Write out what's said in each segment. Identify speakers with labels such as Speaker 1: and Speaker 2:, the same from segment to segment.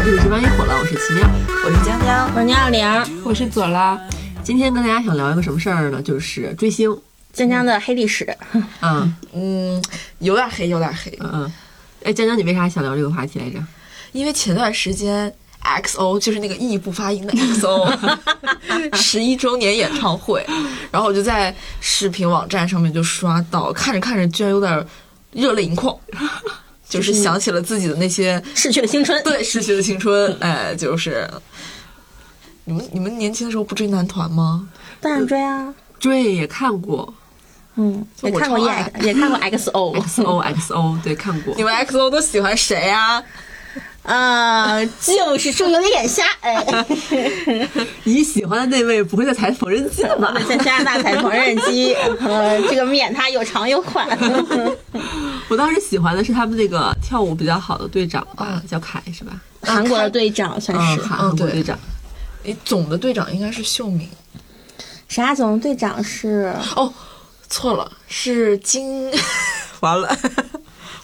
Speaker 1: 这里是万一火了，我是奇妙。
Speaker 2: 我是江江，
Speaker 3: 我是二玲，
Speaker 4: 我是左拉，
Speaker 1: 今天跟大家想聊一个什么事儿呢？就是追星
Speaker 3: 江江的黑历史，
Speaker 1: 啊，
Speaker 2: 嗯，有点黑，有点黑，
Speaker 1: 嗯嗯。哎，江江，你为啥想聊这个话题来着？
Speaker 2: 因为前段时间 XO 就是那个 E 不发音的 XO 十一周年演唱会，然后我就在视频网站上面就刷到，看着看着居然有点热泪盈眶，就是想起了自己的那些
Speaker 3: 逝去的青春。
Speaker 2: 对逝去的青春，哎，就是你们你们年轻的时候不追男团吗？
Speaker 3: 当然追啊，
Speaker 1: 追也看过
Speaker 3: 嗯，也看过
Speaker 2: 我
Speaker 3: E
Speaker 2: 超爱
Speaker 3: X，也看过 X O，
Speaker 1: XO XO，对，看过
Speaker 2: 你。们 XO 都喜欢谁啊？
Speaker 3: 啊，就是说有点眼瞎，哎，
Speaker 1: 你喜欢的那位不会在踩缝纫机了吧？
Speaker 3: 在加拿大踩缝纫机，呃，这个免他又长又宽。
Speaker 1: 我当时喜欢的是他们那个跳舞比较好的队长吧，叫凯是吧？
Speaker 3: 韩国的队长算
Speaker 1: 嗯，
Speaker 3: 是
Speaker 1: 韩
Speaker 2: 嗯
Speaker 1: 韩国
Speaker 2: 对
Speaker 1: 队长。
Speaker 2: 你总的队长应该是秀敏。
Speaker 3: 啥总队长是
Speaker 2: 哦，错了，是金， 完了，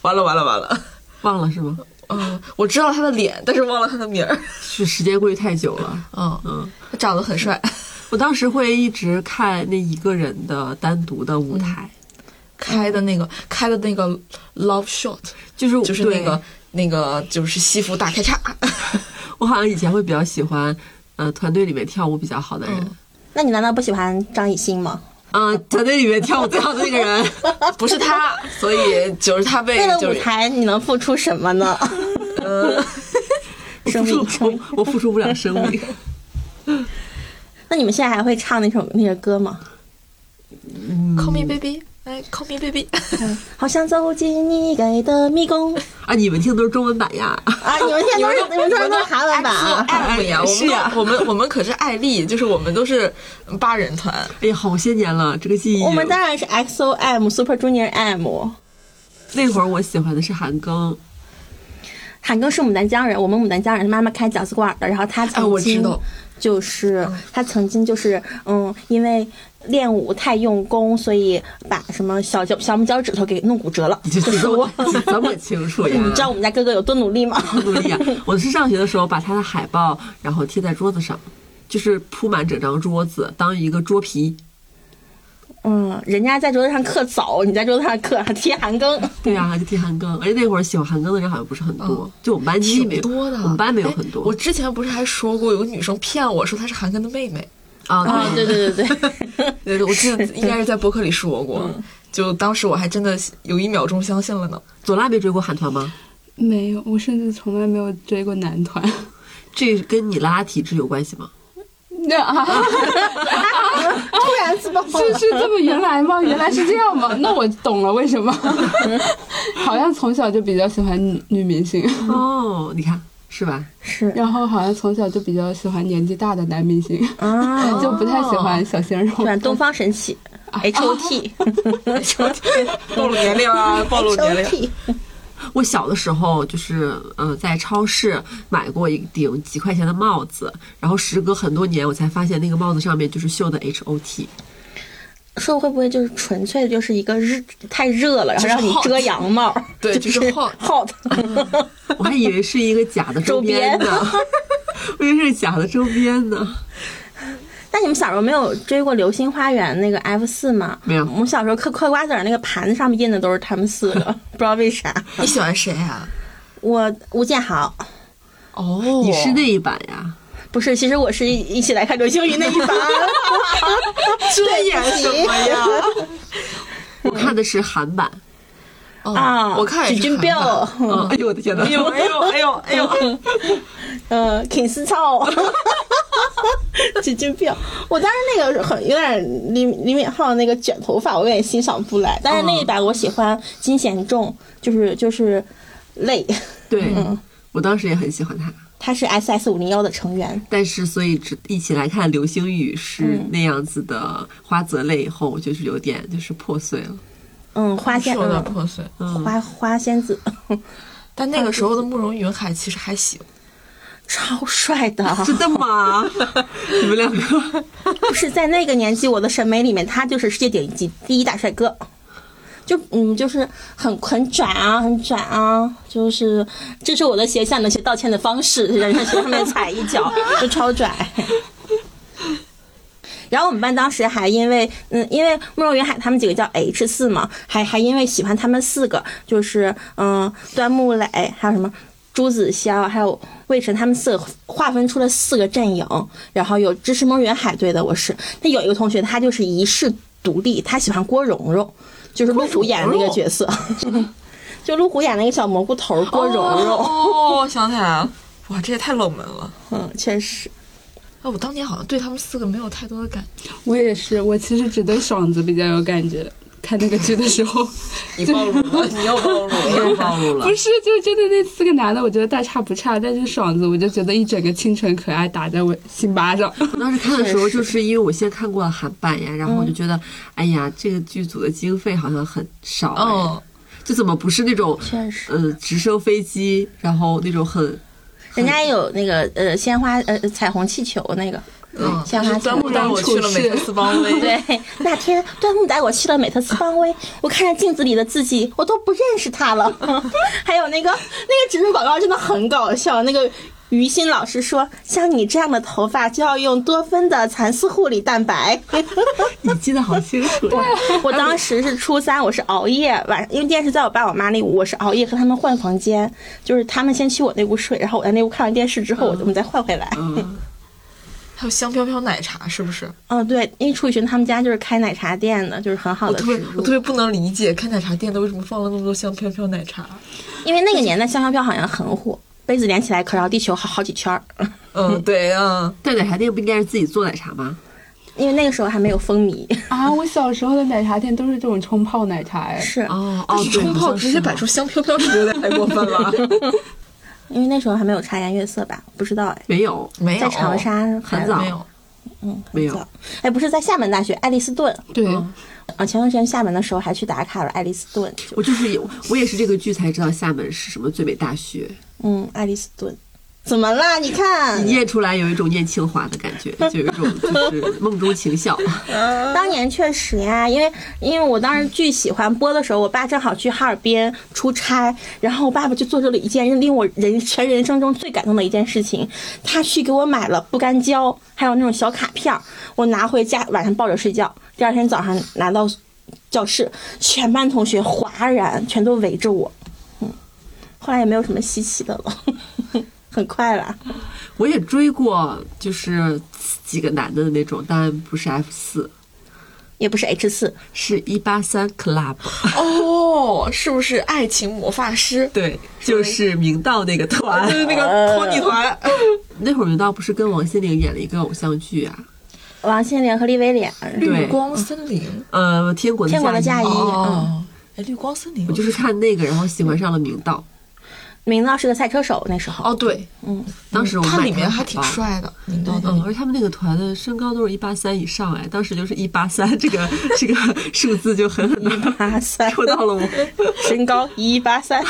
Speaker 2: 完了，完了，完了。
Speaker 1: 忘了是吗？
Speaker 2: 嗯，我知道他的脸，但是忘了他的名儿。
Speaker 1: 是时间过去太久了。
Speaker 2: 嗯嗯，他长得很帅，
Speaker 1: 我当时会一直看那一个人的单独的舞台，
Speaker 2: 开的那个开的那个 love shot，
Speaker 1: 就是
Speaker 2: 就是
Speaker 1: 对
Speaker 2: 那个那个就是西服大开叉。
Speaker 1: 我好像以前会比较喜欢，呃，团队里面跳舞比较好的人，
Speaker 3: 那你难道不喜欢张艺兴吗？
Speaker 1: 嗯、团队里面跳舞最好的那个人，
Speaker 2: 不是他，所以就是他被
Speaker 3: 为了
Speaker 2: 就
Speaker 3: 舞
Speaker 2: 是
Speaker 3: 台，你能付出什么呢？生命
Speaker 1: 我
Speaker 3: 中，
Speaker 1: 我付出不了生命，
Speaker 3: 那你们现在还会唱那首那个歌吗？
Speaker 2: Call Me Baby，哎，Call Me Baby，
Speaker 3: 好想走进你给的迷宫
Speaker 1: 啊！你们听的都是中文版呀，
Speaker 3: 啊！你们现在都是你们现在都是韩 文版啊
Speaker 2: XO 不一哎样，我
Speaker 1: 是
Speaker 2: 们
Speaker 1: 呀
Speaker 2: 都我们我们可是艾丽，就是我们都是八人团。
Speaker 1: 哎呀，好些年了，这个记忆。
Speaker 3: 我们当然是 XOM Super Junior M，
Speaker 1: 那会儿我喜欢的是韩庚，
Speaker 3: 韩庚是牡丹江人，我们牡丹江人，妈妈开饺子馆的，然后他
Speaker 2: 哎
Speaker 3: 曾
Speaker 2: 我知
Speaker 3: 经
Speaker 2: 道
Speaker 3: 就是、他曾经就是嗯，因为练舞太用功，所以把什么小脚小拇脚趾头给弄骨折了。
Speaker 1: 你就记 得我这么清楚呀？
Speaker 3: 你知道我们家哥哥有多努力吗？
Speaker 1: 努力啊！我是上学的时候把他的海报然后贴在桌子上，就是铺满整张桌子，当一个桌皮。
Speaker 3: 嗯，人家在桌子上刻枣，你在桌子上刻还贴韩庚。
Speaker 1: 对啊，就贴韩庚，而且那会儿喜欢韩庚的人好像不是很多，就我们班级
Speaker 2: 挺
Speaker 1: 没有
Speaker 2: 多的，
Speaker 1: 我们班没有很
Speaker 2: 哎
Speaker 1: 多
Speaker 2: 我之前不是还说过，有个女生骗我说她是韩庚的妹妹，
Speaker 1: 啊。对
Speaker 3: 啊，对对对对，
Speaker 2: 对对我记 得应该是在播客里说过。就当时我还真的有一秒钟相信了呢。
Speaker 1: 左拉没追过韩团吗？
Speaker 4: 没有，我甚至从来没有追过男团。
Speaker 1: 这跟你拉体质有关系吗？
Speaker 4: 那 啊，
Speaker 3: 突然自爆
Speaker 4: 是是这么原来吗？原来是这样 吗？那我懂了，为什 么？好像从小就比较喜欢女女明星，
Speaker 1: 哦，你看是吧？
Speaker 3: 是
Speaker 4: 然后好像从小就比较喜欢年纪大的男明星，
Speaker 3: 啊，
Speaker 4: 就不太喜欢小鲜肉。
Speaker 3: 对，东方神起 H O T
Speaker 2: 暴露年龄 啊，暴露年
Speaker 3: O
Speaker 2: 龄。
Speaker 3: T，
Speaker 1: 我小的时候就是，嗯、在超市买过一顶几块钱的帽子，然后时隔很多年，我才发现那个帽子上面就是绣的 H O T。
Speaker 3: 说会不会就是纯粹就是一个热太热了，然后让你遮阳帽？
Speaker 2: 对
Speaker 3: 就
Speaker 2: 就是
Speaker 3: 是
Speaker 2: hot
Speaker 3: hot，
Speaker 1: 我还以为是一个假的周边呢， 我以为是假的周边呢。
Speaker 3: 那你们小时候没有追过《流星花园》那个 F 四吗？
Speaker 1: 没有
Speaker 3: 我们小时候嗑嗑瓜子儿那个盘子上面印的都是他们四个，不知道为啥。
Speaker 2: 你喜欢谁啊？
Speaker 3: 我吴建豪
Speaker 2: 哦，
Speaker 1: 你是那一版呀？
Speaker 3: 不是，其实我是一一起来看流星雨那一 版。
Speaker 2: 遮掩什么呀？
Speaker 1: 我看的是韩版。
Speaker 2: 哦
Speaker 3: 啊，
Speaker 2: 我看也
Speaker 3: 许
Speaker 2: 是
Speaker 3: 君
Speaker 2: 韩版。
Speaker 3: 彪，
Speaker 1: 嗯，哎呦我的天哪！
Speaker 2: 哎呦哎呦哎呦 哎呦！
Speaker 3: 呃，挺思操，几斤病。我当时那个很有点李李敏镐那个卷头发，我有点欣赏不来。但是那一版我喜欢金贤重，就是就是累，
Speaker 1: 对，我当时也很喜欢他，
Speaker 3: 他是 S S 五零幺的成员。
Speaker 1: 但是所以只一起来看《流星雨》是那样子的花泽类以后，我就是有点就是破碎了。
Speaker 3: 嗯，花
Speaker 2: 是
Speaker 3: 仙，
Speaker 2: 有点
Speaker 3: 嗯，
Speaker 2: 破碎，
Speaker 1: 嗯，
Speaker 3: 花花仙子，
Speaker 2: 但那个时候的慕容云海其实还行。
Speaker 3: 超帅的。
Speaker 1: 真的吗？ 你们两个
Speaker 3: 不是在那个年纪我的审美里面，他就是世界顶级第一大帅哥。就嗯，就是很很拽啊，很拽啊，就是这是我的鞋下那些道歉的方式，让他去上面踩一脚，就超拽。然后我们班当时还因为，嗯，因为慕容云海他们几个叫 H 四嘛，还还因为喜欢他们四个，就是嗯、端木磊还有什么朱子骁，还有魏晨，他们四个划分出了四个阵营，然后有支持慕容云海队的我是，那有一个同学他就是一世独立，他喜欢郭蓉蓉，就是陆虎演的那个角色， 就陆虎演那个小蘑菇头郭蓉蓉，
Speaker 2: 哦， 想起来了，哇，这也太冷门了。
Speaker 3: 嗯，确实。
Speaker 2: 啊，我当年好像对他们四个没有太多的感觉。
Speaker 4: 我也是，我其实只对爽子比较有感觉。看那个剧的时 候，
Speaker 2: 你暴露了，你又暴露了。
Speaker 1: 又暴露了
Speaker 4: 不。是，就真的那四个男的，我觉得大差不差，但是爽子，我就觉得一整个清纯可爱打在我心巴上。
Speaker 1: 我当时看的时候，就是因为我先看过了韩版呀，然后我就觉得，哎呀，这个剧组的经费好像很少、哎，
Speaker 2: 嗯，
Speaker 1: 就怎么不是那种
Speaker 3: 确实
Speaker 1: 呃直升飞机，然后那种很
Speaker 3: 人家有那个呃鲜花呃彩虹气球那个，
Speaker 2: 嗯
Speaker 3: 像他
Speaker 2: 是端木带我去了美特斯邦 威，
Speaker 3: 对，那天端木带我去了美特斯邦威， 我看着镜子里的自己，我都不认识他了。还有那个那个植入广告真的很搞笑，那个。于心老师说：“像你这样的头发就要用多芬的蚕丝护理蛋白。
Speaker 1: 你记得好清楚呀。”
Speaker 3: 我当时是初三，我是熬夜晚，因为电视在我爸我妈那屋，我是熬夜和他们换房间，就是他们先去我那屋睡，然后我在那屋看完电视之后，我我们再换回来。
Speaker 1: 嗯，
Speaker 2: 还有香飘飘奶茶是不是？
Speaker 3: 哦，对，因为楚雨荨他们家就是开奶茶店的，就是很好
Speaker 2: 我
Speaker 3: 的
Speaker 2: 特
Speaker 3: 植
Speaker 2: 别我
Speaker 3: 入
Speaker 2: 特。别不能理解开奶茶店的为什么放了那么多香飘飘奶茶。
Speaker 3: 因为那个年代香飘飘好像很火，杯子连起来可绕地球好好几圈儿。
Speaker 2: 嗯，对啊，
Speaker 1: 但奶茶店不应该是自己做奶茶吗？
Speaker 3: 因为那个时候还没有风靡，
Speaker 4: 啊，我小时候的奶茶店都是这种冲泡奶茶，哎，
Speaker 3: 是
Speaker 1: 哦哦，对
Speaker 2: 冲泡直接摆出香飘飘是有点太过分 了。
Speaker 3: 因为那时候还没有茶颜悦色吧？不知道哎，
Speaker 1: 没有
Speaker 2: 没有，
Speaker 3: 在长沙还
Speaker 1: 很早
Speaker 2: 没有。
Speaker 1: 没有
Speaker 3: 早，哎，不是在厦门大学爱丽斯顿
Speaker 4: 对，
Speaker 3: 啊，前段时间厦门的时候还去打卡了爱丽斯顿，就
Speaker 1: 我就是有，我也是这个剧才知道厦门是什么最美大学。
Speaker 3: 嗯，爱丽斯顿，怎么啦？你
Speaker 2: 嗯
Speaker 3: 看
Speaker 1: 你，念出来有一种念清华的感觉，就有一种 就是梦中情小。
Speaker 3: 当年确实呀，因为因为我当时巨喜欢播的时候，我爸正好去哈尔滨出差，然后我爸爸就做出了一件令我人全人生中最感动的一件事情，他去给我买了不干胶，还有那种小卡片儿，我拿回家晚上抱着睡觉，第二天早上拿到教室，全班同学哗然，全都围着我，嗯，后来也没有什么稀奇的了， 很快啦，
Speaker 1: 我也追过，就是几个男的那种，但不是 F 四，
Speaker 3: 也不是 H 四，
Speaker 1: 是一八三 Club。
Speaker 2: 哦，是不是爱情魔法师？
Speaker 1: 对，就是明道那个团呃
Speaker 2: 就。是哦那个托尼团，
Speaker 1: 那会儿明道不是跟王心凌演了一个偶像剧啊？
Speaker 3: 王心凌和李威廉，
Speaker 2: 绿
Speaker 1: 对
Speaker 2: 光森林。
Speaker 1: 呃，天国的
Speaker 3: 天国的
Speaker 1: 嫁
Speaker 3: 嫁衣
Speaker 1: 衣。
Speaker 2: 哦，哎，绿光森林，
Speaker 1: 我就是看那个，然后喜欢上了明道。
Speaker 3: 明道是个赛车手那时候。
Speaker 2: 哦，对，
Speaker 1: 当时我买
Speaker 2: 他嗯里面
Speaker 1: 的
Speaker 2: 还
Speaker 1: 海
Speaker 2: 挺
Speaker 1: 报
Speaker 2: 帅的，哦明道的
Speaker 1: 嗯，而他们那个团的身高都是一八三以上，哎，当时就是一八三，这个这个数字就狠狠 的
Speaker 3: 八三，
Speaker 1: 戳到了我。
Speaker 3: 身高一八三。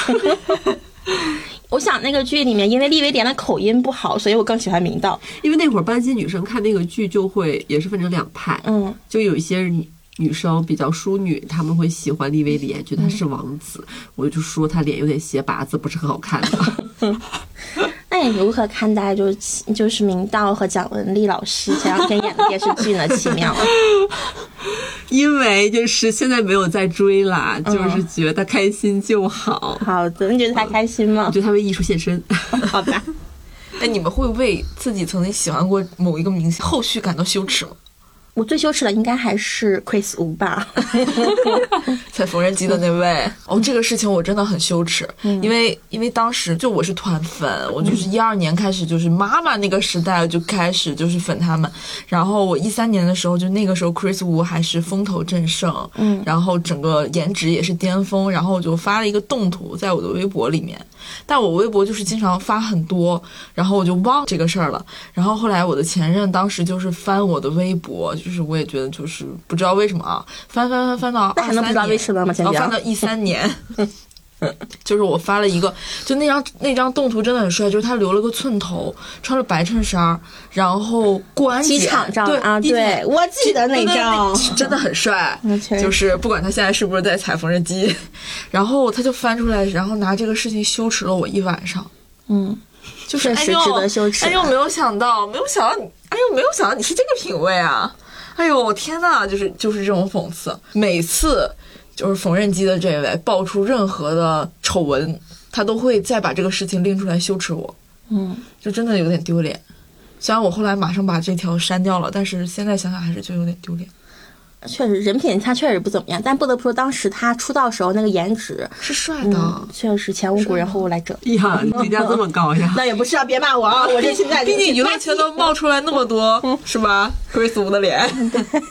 Speaker 3: 我想那个剧里面，因为利维廉的口音不好，所以我更喜欢明道。
Speaker 1: 因为那会儿班级女生看那个剧就会也是分成两派，
Speaker 3: 嗯，
Speaker 1: 就有一些女女生比较淑女，她们会喜欢利威廉，觉得他是王子，我就说他脸有点斜拔子，不是很好看的。
Speaker 3: 那你如何看待就就是明道和蒋雯丽老师前两天演的电视剧呢？奇妙，
Speaker 1: 因为就是现在没有在追啦，就是觉得开心就好。
Speaker 3: 好的，你觉得他开心
Speaker 1: 我
Speaker 3: 吗
Speaker 1: 觉？得他为艺术献身，
Speaker 3: 好吧，
Speaker 2: 哎，你们会为自己曾经喜欢过某一个明星后续感到羞耻吗？
Speaker 3: 我最羞耻的应该还是 Chris Wu 吧。
Speaker 2: 踩缝纫机的那位， 嗯哦，这个事情我真的很羞耻，因为因为当时就我是团粉，我就是一二年开始就是妈妈那个时代就开始就是粉他们，然后我一三年的时候就那个时候 Chris Wu 还是风头正盛，嗯，然后整个颜值也是巅峰，然后我就发了一个动图在我的微博里面，但我微博就是经常发很多，然后我就忘这个事儿了。然后后来我的前任当时就是翻我的微博，就是我也觉得就是不知道为什么啊，翻翻翻翻到
Speaker 3: 那还能不知道为什么吗
Speaker 2: 然
Speaker 3: 简
Speaker 2: 后
Speaker 3: 直
Speaker 2: 翻到一三年， 就是我发了一个，就那张那张动图真的很帅，就是他留了个寸头，穿了白衬衫，然后过安检
Speaker 3: 机场照
Speaker 2: 对
Speaker 3: 啊，
Speaker 2: 地铁
Speaker 3: 对我记得那
Speaker 2: 对对
Speaker 3: 张，，
Speaker 2: 对真的很帅
Speaker 3: OK
Speaker 2: 就是不管他现在是不是在踩缝纫机， 然后他就翻出来，然后拿这个事情羞耻了我一晚上。
Speaker 3: 嗯，
Speaker 2: 就是
Speaker 3: 确
Speaker 2: 哎
Speaker 3: 实
Speaker 2: 呦，
Speaker 3: 值得羞耻
Speaker 2: 哎呦，没有想到，没有想到你，哎呦，没有想到你是这个品味啊！哎呦，我天呐，就是就是这种讽刺。每次就是缝纫机的这位爆出任何的丑闻，他都会再把这个事情拎出来羞耻我。
Speaker 3: 嗯，
Speaker 2: 就真的有点丢脸。虽然我后来马上把这条删掉了，但是现在想想还是觉得有点丢脸。
Speaker 3: 确实人品他确实不怎么样，但不得不说当时他出道时候那个颜值，
Speaker 2: 是帅的，
Speaker 3: 嗯，确实前无古人后无来者。
Speaker 1: 哎呀，你评价这么高呀？
Speaker 3: 那也不是啊，别骂我啊！我这现在
Speaker 2: 毕竟娱乐圈都冒出来那么多，是吧？Chris Wu 的脸，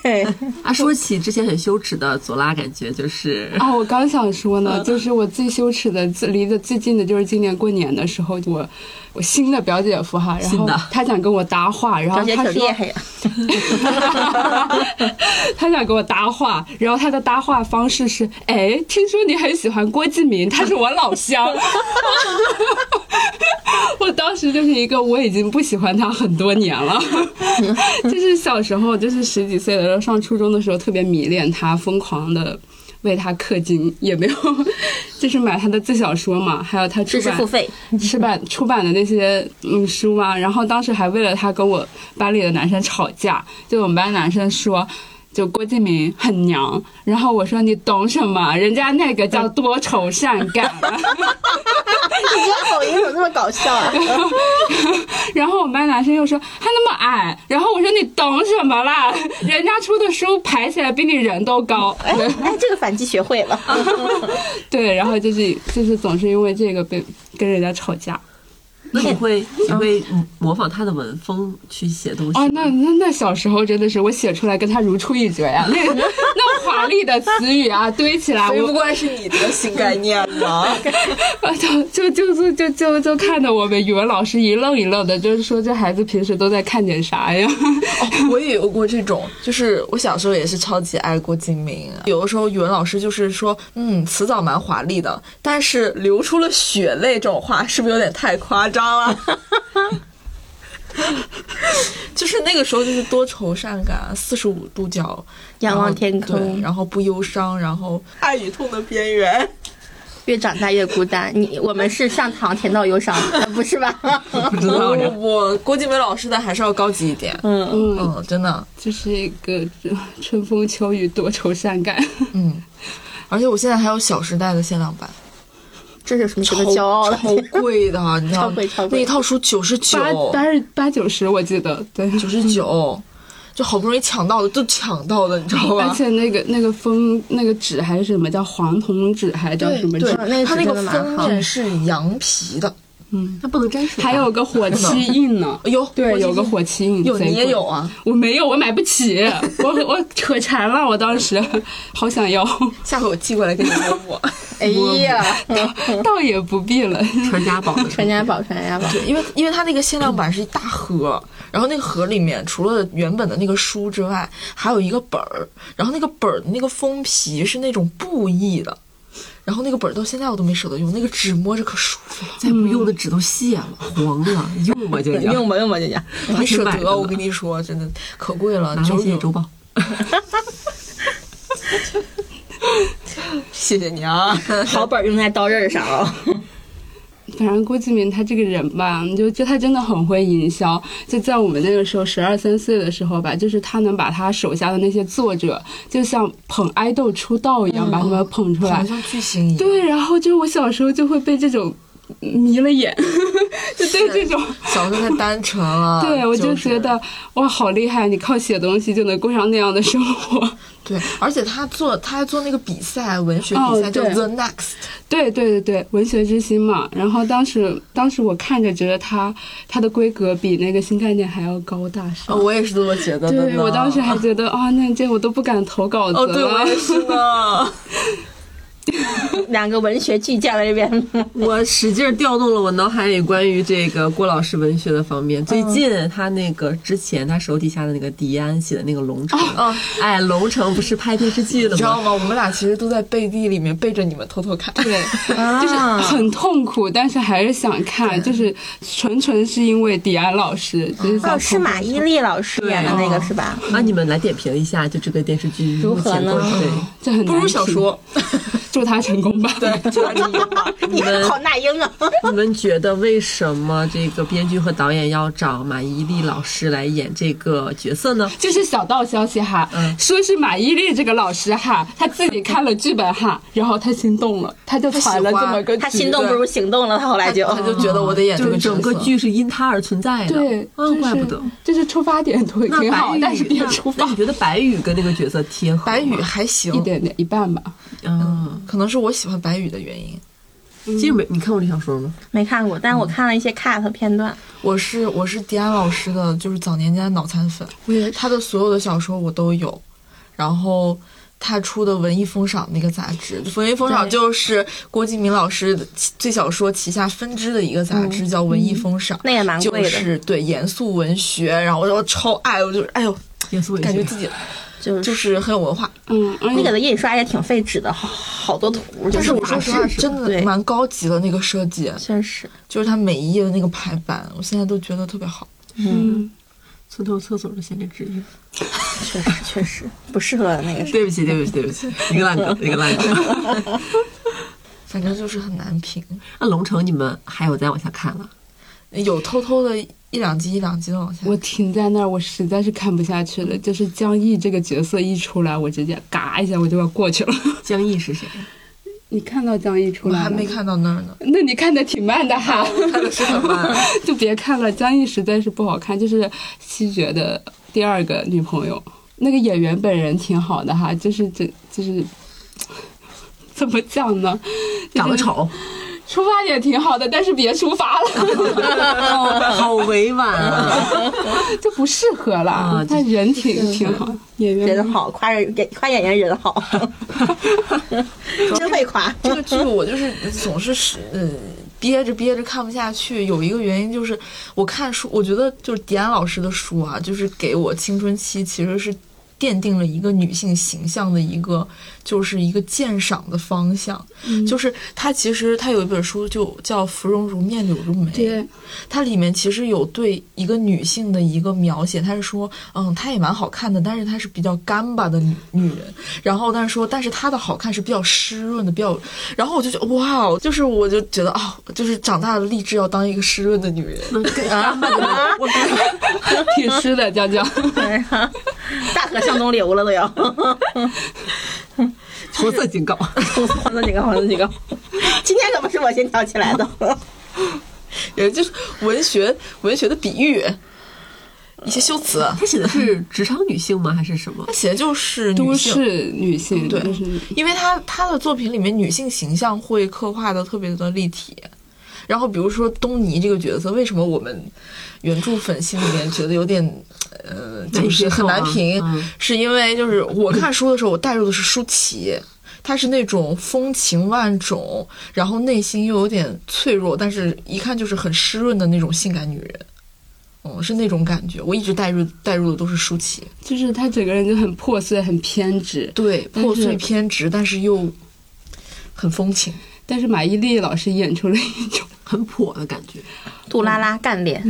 Speaker 3: 对，
Speaker 1: 啊，说起之前很羞耻的左拉，感觉就是
Speaker 4: 啊，我刚想说
Speaker 3: 嗯
Speaker 4: 呢，就是我最羞耻的、最离得最近的，就是今年过年的时候，我我新的表姐夫哈，然
Speaker 1: 新
Speaker 4: 后
Speaker 1: 的
Speaker 4: 他想跟我搭话，然后
Speaker 3: 张姐
Speaker 4: 他
Speaker 3: 挺
Speaker 4: 说
Speaker 3: 厉害呀，
Speaker 4: 他想跟我搭话，然后他的搭话方式是：哎，听说你很喜欢郭敬明，他是我老乡。 我当时就是一个我已经不喜欢他很多年了， 就是小时候，就是十几岁的时候上初中的时候特别迷恋他，疯狂的。为他氪金也没有， 就是买他的自小说嘛，还有他出
Speaker 3: 知识
Speaker 4: 版
Speaker 3: 付费，
Speaker 4: 出版出版的那些嗯书嘛，然后当时还为了他跟我班里的男生吵架，就我们班男生说。就郭敬明很娘，然后我说你懂什么？人家那个叫多愁善感。
Speaker 3: 哎你这个口音怎么这么搞笑啊？
Speaker 4: 然后我们班男生又说他那么矮，然后我说你懂什么啦？人家出的书排起来比你人都高。
Speaker 3: 哎哎，这个反击学会了。
Speaker 4: 对，然后就是就是总是因为这个被跟人家吵架。
Speaker 1: 那嗯你会你会模仿他的文风去写东西
Speaker 4: 啊，
Speaker 1: 吗？
Speaker 4: 那那那小时候真的是我写出来跟他如出一辙呀，那那华丽的词语啊堆起来，
Speaker 2: 只不
Speaker 4: 我
Speaker 2: 过是你的新概念嘛。
Speaker 4: 啊就就就就就就看得我们语文老师一愣一愣的，就是说这孩子平时都在看点啥呀？
Speaker 2: 哦我也有过这种，就是我小时候也是超级爱郭敬明，啊有的时候语文老师就是说，嗯，词藻蛮华丽的，但是流出了血泪这种话，是不是有点太夸张了？ 就是那个时候，就是多愁善感，啊四十五度角，
Speaker 3: 仰望天
Speaker 2: 然后对
Speaker 3: 空
Speaker 2: 然后不忧伤，然后爱与痛的边缘。
Speaker 3: 越长大越孤单，你我们是上堂甜到忧伤，呃 不是吧？
Speaker 1: 不知道
Speaker 2: 不
Speaker 1: 呀。
Speaker 2: 不不，嗯郭敬明老师的还是要高级一点。
Speaker 3: 嗯，
Speaker 4: 嗯，
Speaker 2: 嗯，真的，
Speaker 4: 就是一个春风秋雨多愁善感。
Speaker 2: 嗯，而且我现在还有《小时代》的限量版。
Speaker 3: 这是有什么值得
Speaker 2: 超
Speaker 3: 骄傲的？
Speaker 2: 超贵的，你知道
Speaker 3: 超
Speaker 2: 吗
Speaker 3: 贵超贵
Speaker 2: 那一套书九十九，哦
Speaker 4: 八八二八九十，我记得对。
Speaker 2: 九十九，就好不容易抢到的，都抢到的，你知道
Speaker 4: 而
Speaker 2: 吧？
Speaker 4: 且那个那个封那个纸还是什么叫黄铜纸，还叫什么纸
Speaker 2: 对？
Speaker 3: 那个
Speaker 2: 它那
Speaker 3: 是
Speaker 2: 个
Speaker 3: 真的蛮
Speaker 2: 封
Speaker 3: 好
Speaker 2: 面是羊皮的，哎
Speaker 1: 那不能沾水吧。
Speaker 4: 还有个火漆印呢，
Speaker 2: 有
Speaker 4: 对，有个火漆印，
Speaker 2: 有
Speaker 4: 贼
Speaker 2: 你也
Speaker 4: 贵
Speaker 2: 有啊？
Speaker 4: 我没有，我买不起，我我可馋了，我当时好想要，
Speaker 2: 下回我寄过来给你摸 摸。
Speaker 3: 哎呀，
Speaker 4: 倒也不必了。
Speaker 1: 传家宝的
Speaker 3: 传家宝，传家宝，
Speaker 2: 对，因为因为它那个限量版是一大盒，然后那个盒里面除了原本的那个书之外，还有一个本儿，然后那个本儿的那个封皮是那种布艺的，然后那个本儿到现在我都没舍得用，那个纸摸着可舒服 了。
Speaker 1: 再不用的纸都卸了，黄 了，用吧就叫。
Speaker 3: 用吧用吧，姐 姐。
Speaker 2: 我还舍
Speaker 1: 挺买的
Speaker 2: 得，我
Speaker 1: 呢
Speaker 2: 跟你说，真的可贵了
Speaker 1: 拿，来
Speaker 2: 九
Speaker 1: 谢谢
Speaker 2: 十
Speaker 1: 周
Speaker 2: 九，
Speaker 1: 报。
Speaker 2: 谢谢你啊！
Speaker 3: 好本儿用在刀刃上啊、
Speaker 4: 反正郭敬明他这个人吧，你就就他真的很会营销。就在我们那个时候十二三岁的时候吧，就是他能把他手下的那些作者，就像捧爱豆出道一样，把他们嗯捧出来
Speaker 2: 好。像巨星一样。
Speaker 4: 对，然后就我小时候就会被这种迷了眼， 就对这种。
Speaker 2: 小时候太单啊纯了。
Speaker 4: 对，我啊就是觉得哇，好厉害！你靠写东西就能过上那样的生活。
Speaker 2: 对，而且他做他还做那个比赛，文学
Speaker 4: 哦
Speaker 2: 比赛叫
Speaker 4: 对
Speaker 2: The Next，
Speaker 4: 对对对对，文学之星嘛。然后当时当时我看着觉得它它的规格比那个新概念还要高大
Speaker 2: 呃
Speaker 4: 上。
Speaker 2: 我也是这么觉得的呢。哦
Speaker 4: 对我当时还觉得啊、那这我都不敢投稿子
Speaker 2: 哦，对，我
Speaker 4: 了
Speaker 2: 也。是呢。
Speaker 3: 两个文学巨匠在这边。
Speaker 1: 我使劲儿调动了我脑海里关于这个郭老师文学的方面。最近他那个之前他手底下的那个迪安写的那个《龙城》，哎，《龙城》不是拍电视剧的
Speaker 2: 你知道
Speaker 1: 吗？
Speaker 2: 吗？我们俩其实都在背地里面背着你们偷偷看。对，
Speaker 3: 啊
Speaker 4: 就是
Speaker 3: 哦
Speaker 4: 很痛苦，但是还是想看，就是纯纯是因为迪安老师，就是想
Speaker 3: 哦，是
Speaker 4: 偷
Speaker 3: 马伊琍老师演的那个是吧？
Speaker 1: 那啊你们来点评一下，就这个电视剧
Speaker 3: 如
Speaker 1: 目前
Speaker 3: 何呢
Speaker 1: 都是对，
Speaker 4: 这很
Speaker 2: 不如
Speaker 4: 难
Speaker 2: 小
Speaker 4: 评，
Speaker 2: 说。
Speaker 4: 祝他成功吧。对，
Speaker 3: 你好那英啊！
Speaker 1: 你们觉得为什么这个编剧和导演要找马伊琍老师来演这个角色呢？
Speaker 4: 就是小道消息哈，
Speaker 1: 嗯
Speaker 4: 说是马伊琍这个老师哈，她自己看了剧本哈，然后她心动了，她就传了这么个
Speaker 3: 他
Speaker 4: 剧
Speaker 3: 心动不如行动了，他后
Speaker 4: 哎
Speaker 3: 来就
Speaker 2: 他就觉得我得演这
Speaker 1: 就是
Speaker 2: 个角
Speaker 1: 整
Speaker 2: 色
Speaker 1: 个剧是因他而存在的，
Speaker 4: 对，
Speaker 1: 啊
Speaker 4: 就是、
Speaker 1: 怪不得。
Speaker 4: 就是出发点对
Speaker 1: 那
Speaker 4: 挺好
Speaker 1: 白宇，，
Speaker 4: 但是别
Speaker 1: 那
Speaker 4: 出
Speaker 1: 那
Speaker 4: 发
Speaker 1: 你觉得白宇跟那个角色贴合吗？
Speaker 2: 白宇还行
Speaker 4: 一，点点一半吧。
Speaker 1: 嗯，
Speaker 2: 可能是我喜欢白宇的原因。
Speaker 1: 其实没你看过这小说吗？
Speaker 3: 没看过，但是我看了一些 cut 片段。
Speaker 2: 我是我是迪安老师的，就是早年间的脑残粉，他的所有的小说我都有，然后。他出的《文艺风赏》那个杂志，《文艺风赏》
Speaker 3: 对
Speaker 2: 就是郭敬明老师的旗最小说旗下分支的一个杂志，叫《文艺风赏》，
Speaker 3: 那也蛮贵
Speaker 2: 就
Speaker 3: 的
Speaker 2: 是对严肃文学，然后我我超爱，我就是哎呦，
Speaker 1: 严肃文
Speaker 2: 感觉
Speaker 1: 学。
Speaker 2: 自己
Speaker 3: 就是
Speaker 2: 就是很有文化。
Speaker 4: 嗯，而
Speaker 3: 那
Speaker 4: 且
Speaker 3: 个的印刷也挺费纸的，好好多图。
Speaker 2: 但是我说
Speaker 3: 说
Speaker 2: 实话，真的
Speaker 3: 对，
Speaker 2: 蛮高级的那个设计，
Speaker 3: 确实
Speaker 2: 就是它每一页的那个排版，我现在都觉得特别好。
Speaker 4: 嗯，
Speaker 1: 村头厕所的闲着职业。
Speaker 3: 确实确实不适合那个
Speaker 1: 对不起，对不起，对不起， 一个烂梗，一个烂梗。
Speaker 2: 反正就是很难评，
Speaker 1: 那龙城你们还有再往下看了？
Speaker 2: 有偷偷的一两集一两集的往下。
Speaker 4: 我停在那儿，我实在是看不下去了。就是江毅这个角色一出来，我直接嘎一下我就要过去了。
Speaker 1: 江毅是谁？
Speaker 4: 你看到江毅出
Speaker 2: 我
Speaker 4: 来了
Speaker 2: 还没看到那儿呢，
Speaker 4: 那你看的挺慢的哈，
Speaker 2: 看的是什么？
Speaker 4: 就别看了。江毅实在是不好看，就是西爵的第二个女朋友，那个演员本人挺好的哈，就是这就是。 怎么讲呢？
Speaker 1: 长得丑，
Speaker 4: 出发点挺好的，但是别出发了， 哦
Speaker 1: 好委婉啊！
Speaker 4: 就不适合了。
Speaker 1: 啊
Speaker 4: 他人挺挺好，演员
Speaker 3: 人好，夸人夸演员人好，真会夸。
Speaker 2: 这个剧我就是 总是是嗯憋着憋着看不下去，有一个原因就是我看书，我觉得就是迪安老师的书啊，就是给我青春期其实是奠定了一个女性形象的一个就是一个鉴赏的方向， 就是他其实他有一本书就叫《芙蓉如面柳如眉》，
Speaker 4: 对，
Speaker 2: 它里面其实有对一个女性的一个描写，她是说，嗯，她也蛮好看的，但是她是比较干巴的女女人。然后但是说，但是她的好看是比较湿润的，比较。然后我就觉得，哇哦，就是我就觉得啊、就是长大了立志要当一个湿润的女人。
Speaker 4: 挺湿的，娇 娇。
Speaker 3: 大河向东流了都要，
Speaker 1: 红色警告。
Speaker 3: 黄总几个，黄总几个，今天可不是我先挑起来的。
Speaker 2: 也就是文学文学的比喻，一些修辞，
Speaker 1: 他写的
Speaker 3: 嗯
Speaker 1: 是职场女性吗？还是什么
Speaker 2: 它？写的就是
Speaker 4: 都
Speaker 2: 女性。
Speaker 4: 市女性，
Speaker 2: 对
Speaker 4: 就是
Speaker 2: 因为他他的作品里面女性形象会刻画的特别的立体。然后比如说东尼这个角色，为什么我们原著粉心里面觉得有点呃，就是很难评，
Speaker 1: 嗯
Speaker 2: 是因为就是我看书的时候，我带入的是舒淇。她是那种风情万种，然后内心又有点脆弱，但是一看就是很湿润的那种性感女人，嗯，是那种感觉。我一直带入带入的都是舒淇，
Speaker 4: 就是她整个人就很破碎、很偏执。
Speaker 2: 嗯对，
Speaker 4: 但
Speaker 2: 破碎
Speaker 4: 是
Speaker 2: 偏执，但是又很风情。
Speaker 4: 但是马伊琍老师演出了一种，
Speaker 1: 很破的感 觉。
Speaker 3: 杜拉拉干练，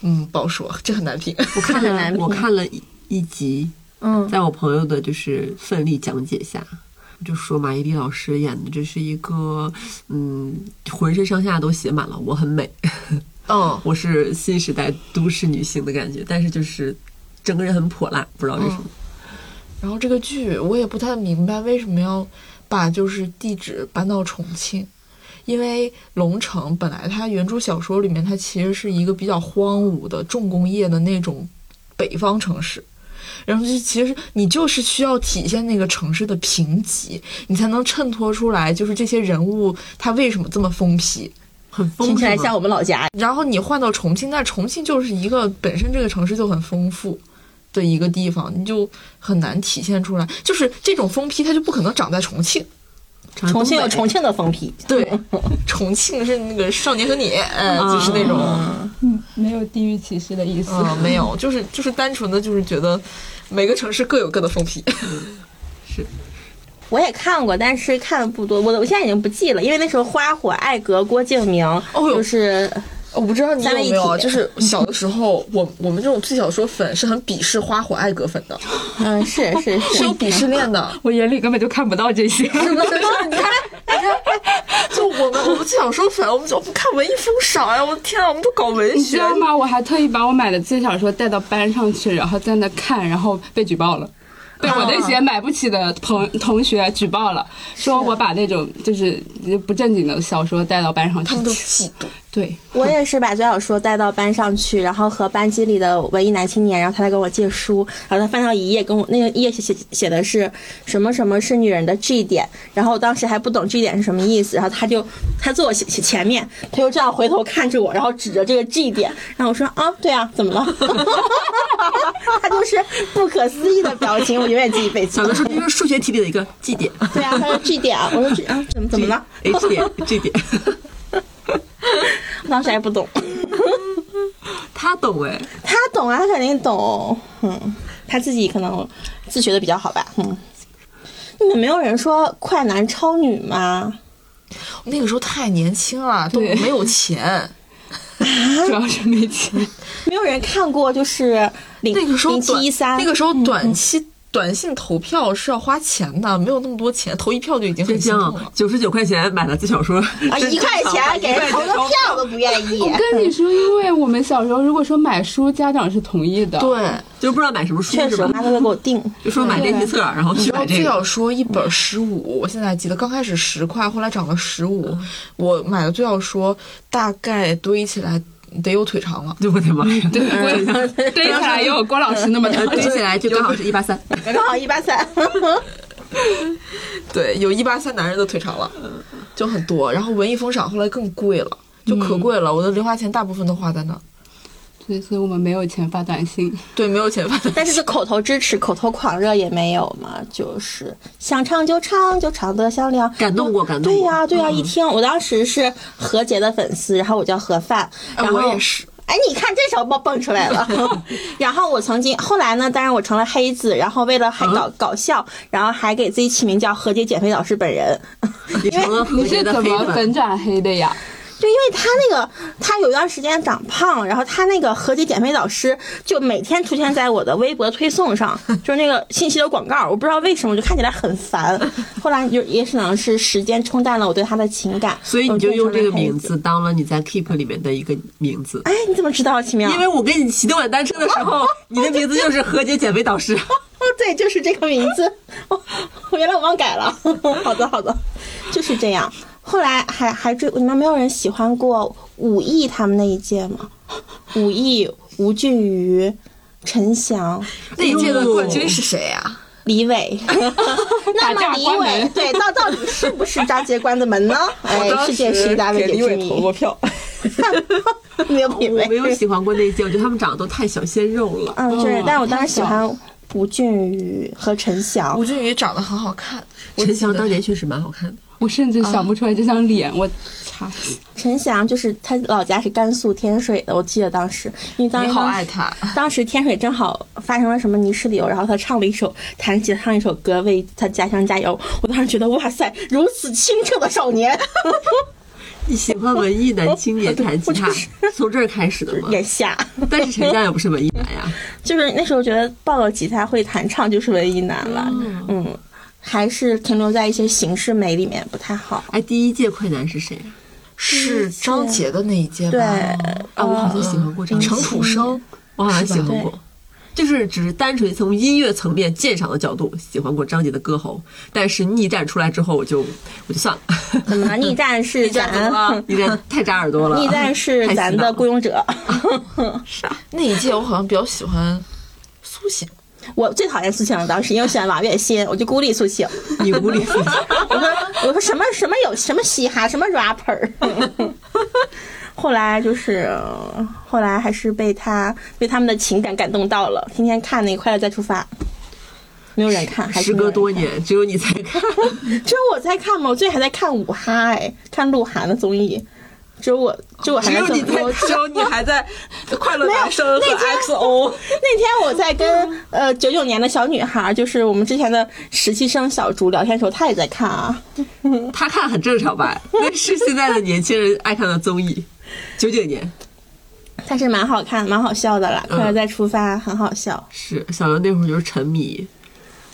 Speaker 2: 嗯，不好说，这很难评。
Speaker 1: 我看
Speaker 3: 很难
Speaker 1: 了，
Speaker 3: 评
Speaker 1: 我看了一一集，
Speaker 3: 嗯，
Speaker 1: 在我朋友的就是奋力讲解下，就说马伊琍老师演的这是一个，嗯，浑身上下都写满了我很美，
Speaker 2: 嗯，
Speaker 1: 我是新时代都市女性的感觉，但是就是整个人很泼辣，不知道为什么。
Speaker 2: 然后这个剧我也不太明白为什么要把就是地址搬到重庆，因为龙城本来它原著小说里面它其实是一个比较荒芜的重工业的那种北方城市。然后就其实你就是需要体现那个城市的贫瘠，你才能衬托出来，就是这些人物他为什么这么疯批。
Speaker 1: 很疯
Speaker 3: 哦听起来
Speaker 1: 是吗啊
Speaker 3: 像我们老家。
Speaker 2: 然后你换到重庆，但重庆就是一个本身这个城市就很丰富的一个地方，你就很难体现出来。就是这种疯批，它就不可能长在重庆，
Speaker 1: 长
Speaker 3: 重庆有
Speaker 1: 东北
Speaker 3: 重庆的疯批，
Speaker 2: 对，重庆是那个少年和你，呃，就是那种，
Speaker 4: 嗯，没有地域歧视的意思。
Speaker 2: 嗯，没有，就是就是单纯的就是觉得每个城市各有各的风评。
Speaker 3: 我也看过，但是看的不多，我我现在已经不记了，因为那时候花火、艾格、郭敬明，
Speaker 2: 哦哟
Speaker 3: 就是
Speaker 2: 哦我不知道你有
Speaker 3: 三位一
Speaker 2: 没有啊，
Speaker 3: 体
Speaker 2: 就是小的时候，我我们这种最小说粉是很鄙视花火爱格粉的，
Speaker 3: 嗯，是 是是，
Speaker 2: 是有鄙视链的。
Speaker 4: 我眼里根本就看不到这些。
Speaker 2: 是不是？是你看，你看，就我们我们最小说粉，我们就不看文艺风少呀！我的天啊，我们都搞文
Speaker 4: 你知
Speaker 2: 学。
Speaker 4: 道吗？我还特意把我买的最小说带到班上去，然后在那看，然后被举报了。被我那些买不起的朋同学举报了，说我把那种就是不正经的小说带到班上去
Speaker 2: 他。们都嫉妒，
Speaker 4: 对，
Speaker 3: 我也是把最小说带到班上去，然后和班级里的文艺男青年，然后他来跟我借书，然后他翻到一页，跟我那个页写写写的是什么什么是女人的 G 点，然后我当时还不懂 G 点是什么意思，然后他就他坐我前前前面，他就这样回头看着我，然后指着这个 G 点，然后我说啊，对啊，怎么了？ 他就是不可思议的表情，我永远记一辈子
Speaker 1: 小。的时候就是数学题里的一个绩点
Speaker 3: 对啊，他说 G 点啊，我说 G 啊， 怎么怎么了？
Speaker 1: ，H 点 G 点，
Speaker 3: 当时还不懂。
Speaker 1: 他懂哎，
Speaker 3: 他懂啊，他肯定懂。嗯，他自己可能自学的比较好吧。嗯，你们没有人说快男超女吗？
Speaker 2: 那个时候太年轻了，都
Speaker 4: 对
Speaker 2: 没有钱。
Speaker 4: 主要是没钱。
Speaker 3: 没有人看过，就是零
Speaker 2: 那个时候
Speaker 3: 零七
Speaker 2: 短
Speaker 3: 一三
Speaker 2: 那个时候短期短信投票是要花钱的，没有那么多钱，投一票就已经
Speaker 1: 这
Speaker 2: 很心痛
Speaker 1: 样
Speaker 2: 了。
Speaker 1: 啊九十九块钱买了最小说，
Speaker 3: 啊，
Speaker 1: 真
Speaker 3: 一块
Speaker 1: 正常
Speaker 3: 钱给人投个票都不愿意。
Speaker 4: 跟你说，因为我们小时候如果说买书，家长是同意的。，
Speaker 2: 对，
Speaker 1: 就不知道买什么书
Speaker 3: 确
Speaker 1: 是
Speaker 3: 实，我
Speaker 1: 吧？
Speaker 3: 妈都会给我定。
Speaker 1: 就说买练习册，然后
Speaker 2: 你
Speaker 1: 去
Speaker 2: 知道
Speaker 1: 买
Speaker 2: 最
Speaker 1: 这个。
Speaker 2: 小说一本十五，我现在还记得刚开始十块，后来涨了十五。我买的最小说大概堆起来得有腿长了。
Speaker 1: 对，我的妈呀！
Speaker 4: 对，我堆起来也有郭老师那么
Speaker 1: 呃，
Speaker 4: 多。
Speaker 1: 堆起来就刚好是一八三，
Speaker 3: 刚哦好一八三，
Speaker 2: 对，有一八三男人的腿长了，
Speaker 3: 嗯
Speaker 2: 就很多。然后文艺风赏后来更贵了，就
Speaker 3: 嗯
Speaker 2: 可贵了，我的零花钱大部分都花在那儿。
Speaker 4: 对，所以我们没有钱发短信。
Speaker 2: 对，没有钱发的。
Speaker 3: 但是这口头支持、口头狂热也没有嘛，就是想唱就唱，就唱得响亮。
Speaker 1: 感动过，感动
Speaker 3: 对
Speaker 1: 过。
Speaker 3: 呀、对呀、一听我当时是何洁的粉丝，然后我叫盒饭，
Speaker 2: 哎
Speaker 3: 然后、
Speaker 2: 我也是，
Speaker 3: 哎，你看这时候蹦蹦出来 了。然后我曾经后来呢，当然我成了黑子，然后为了还
Speaker 1: 啊
Speaker 3: 搞、搞笑，然后还给自己起名叫何洁减肥老师本人，
Speaker 1: 你成了何
Speaker 4: 你是
Speaker 1: 洁的
Speaker 4: 怎
Speaker 1: 黑
Speaker 4: 么
Speaker 1: 粉，
Speaker 4: 粉转黑的呀？
Speaker 3: 就因为他那个他有一段时间长胖，然后他那个何洁减肥老师就每天出现在我的微博推 送上，就是那个信息的广告，我不知道为什么就看起来很 烦。后来就也可能是时间冲淡了我对他的情感，
Speaker 1: 所以你
Speaker 3: 我
Speaker 1: 就用这个名
Speaker 3: 哦成了黑子。
Speaker 1: 字当了你在 Keep 里面的一个名字。
Speaker 3: 哎，你怎么知道，奇妙？
Speaker 1: 因为我跟你骑动感单车的时候，你的名字就是何洁减肥导师。
Speaker 3: 哦，对，就是这个名字。哦，我原来我忘改了。 好的，好的，就是这样。后来还还追你们没有人喜欢过武艺他们那一届吗？武艺、吴俊宇、陈翔、
Speaker 2: 那一
Speaker 3: 哎
Speaker 2: 届的冠军是谁啊呀、
Speaker 3: 李伟。那
Speaker 4: 打架
Speaker 3: 么李
Speaker 4: 关
Speaker 3: 伟
Speaker 4: 门
Speaker 3: 对，到到底是不是扎结关的门呢？哎，世界十大未解
Speaker 2: 给李
Speaker 3: 之
Speaker 2: 伟投
Speaker 3: 谜
Speaker 2: 过。票。
Speaker 3: 没有品
Speaker 1: 我
Speaker 3: 味
Speaker 1: 没。有喜欢过那一届，我觉得他们长得都太小鲜肉了。
Speaker 3: 嗯，就是
Speaker 4: 嗯，
Speaker 3: 但是我当时喜
Speaker 4: 太小
Speaker 3: 欢吴俊宇和陈翔
Speaker 2: 吴。君宇长得很好看，我
Speaker 1: 陈翔
Speaker 2: 记得
Speaker 1: 当年确实蛮好看的，
Speaker 4: 我甚至想不出来这张脸，我擦！
Speaker 3: 陈翔就是他老家是甘肃天水的，我记得当时，因为当
Speaker 2: 你
Speaker 3: 时
Speaker 2: 好爱他，
Speaker 3: 当时天水正好发生了什么泥石流，然后他唱了一首弹吉他唱一首歌为他家乡加油。我当时觉得哇塞，如此清澈的少年，
Speaker 1: 你喜欢文艺男青年弹吉他，从这儿开始的吗？
Speaker 3: 眼瞎。
Speaker 1: 但是陈翔也不是文艺男呀，
Speaker 3: 就是那时候觉得抱个吉他会弹唱就是文艺男了，嗯，还是停留在一些形式美里面不太好。
Speaker 1: 哎，第一届快男是谁啊？
Speaker 2: 是张杰的那一届吧？
Speaker 3: 对，
Speaker 1: 啊，我好像喜欢过
Speaker 3: 呃
Speaker 1: 张杰
Speaker 2: 程楚生，
Speaker 1: 我好像喜欢
Speaker 3: 对
Speaker 1: 过，就是只是单纯从音乐层面鉴赏的角度喜欢过张杰的歌喉，但是逆战出来之后，我就我就算了，
Speaker 3: 怎么了？逆战是 咱，
Speaker 1: 逆战太扎耳朵了，
Speaker 3: 逆战是
Speaker 1: 太洗
Speaker 3: 咱
Speaker 1: 脑
Speaker 3: 的
Speaker 1: 了
Speaker 3: 雇佣者。
Speaker 2: 那一届我好像比较喜欢苏醒，
Speaker 3: 我最讨厌苏醒了，当时因为我喜欢王栎鑫，我就孤立苏醒。
Speaker 1: 你无理。
Speaker 3: 我说我说什么什么有什么嘻哈什么 rapper，后来就是后来还是被他被他们的情感感动到了，天天看那个《快乐再出发》，没有人看，还是
Speaker 1: 时
Speaker 3: 没
Speaker 1: 隔
Speaker 3: 有人
Speaker 1: 多年，只有你才看。
Speaker 3: 看，只有我在看嘛，我最近还在看五哈哎，看鹿晗的综艺，只有我，只有我还
Speaker 1: 只
Speaker 3: 在
Speaker 1: 有你在
Speaker 3: 做。我，
Speaker 1: 只有你还在快乐男生和 XO。
Speaker 3: 那天我在跟呃九九年的小女孩，就是我们之前的实习生小竹聊天的时候，她也在看啊。
Speaker 1: 他看很正常吧？那是现在的年轻人爱看的综艺。九九年
Speaker 3: 但是蛮好看，蛮好笑的啦。
Speaker 1: 嗯
Speaker 3: 快乐再出发，很好笑。
Speaker 1: 是小刘那会儿就是沉迷，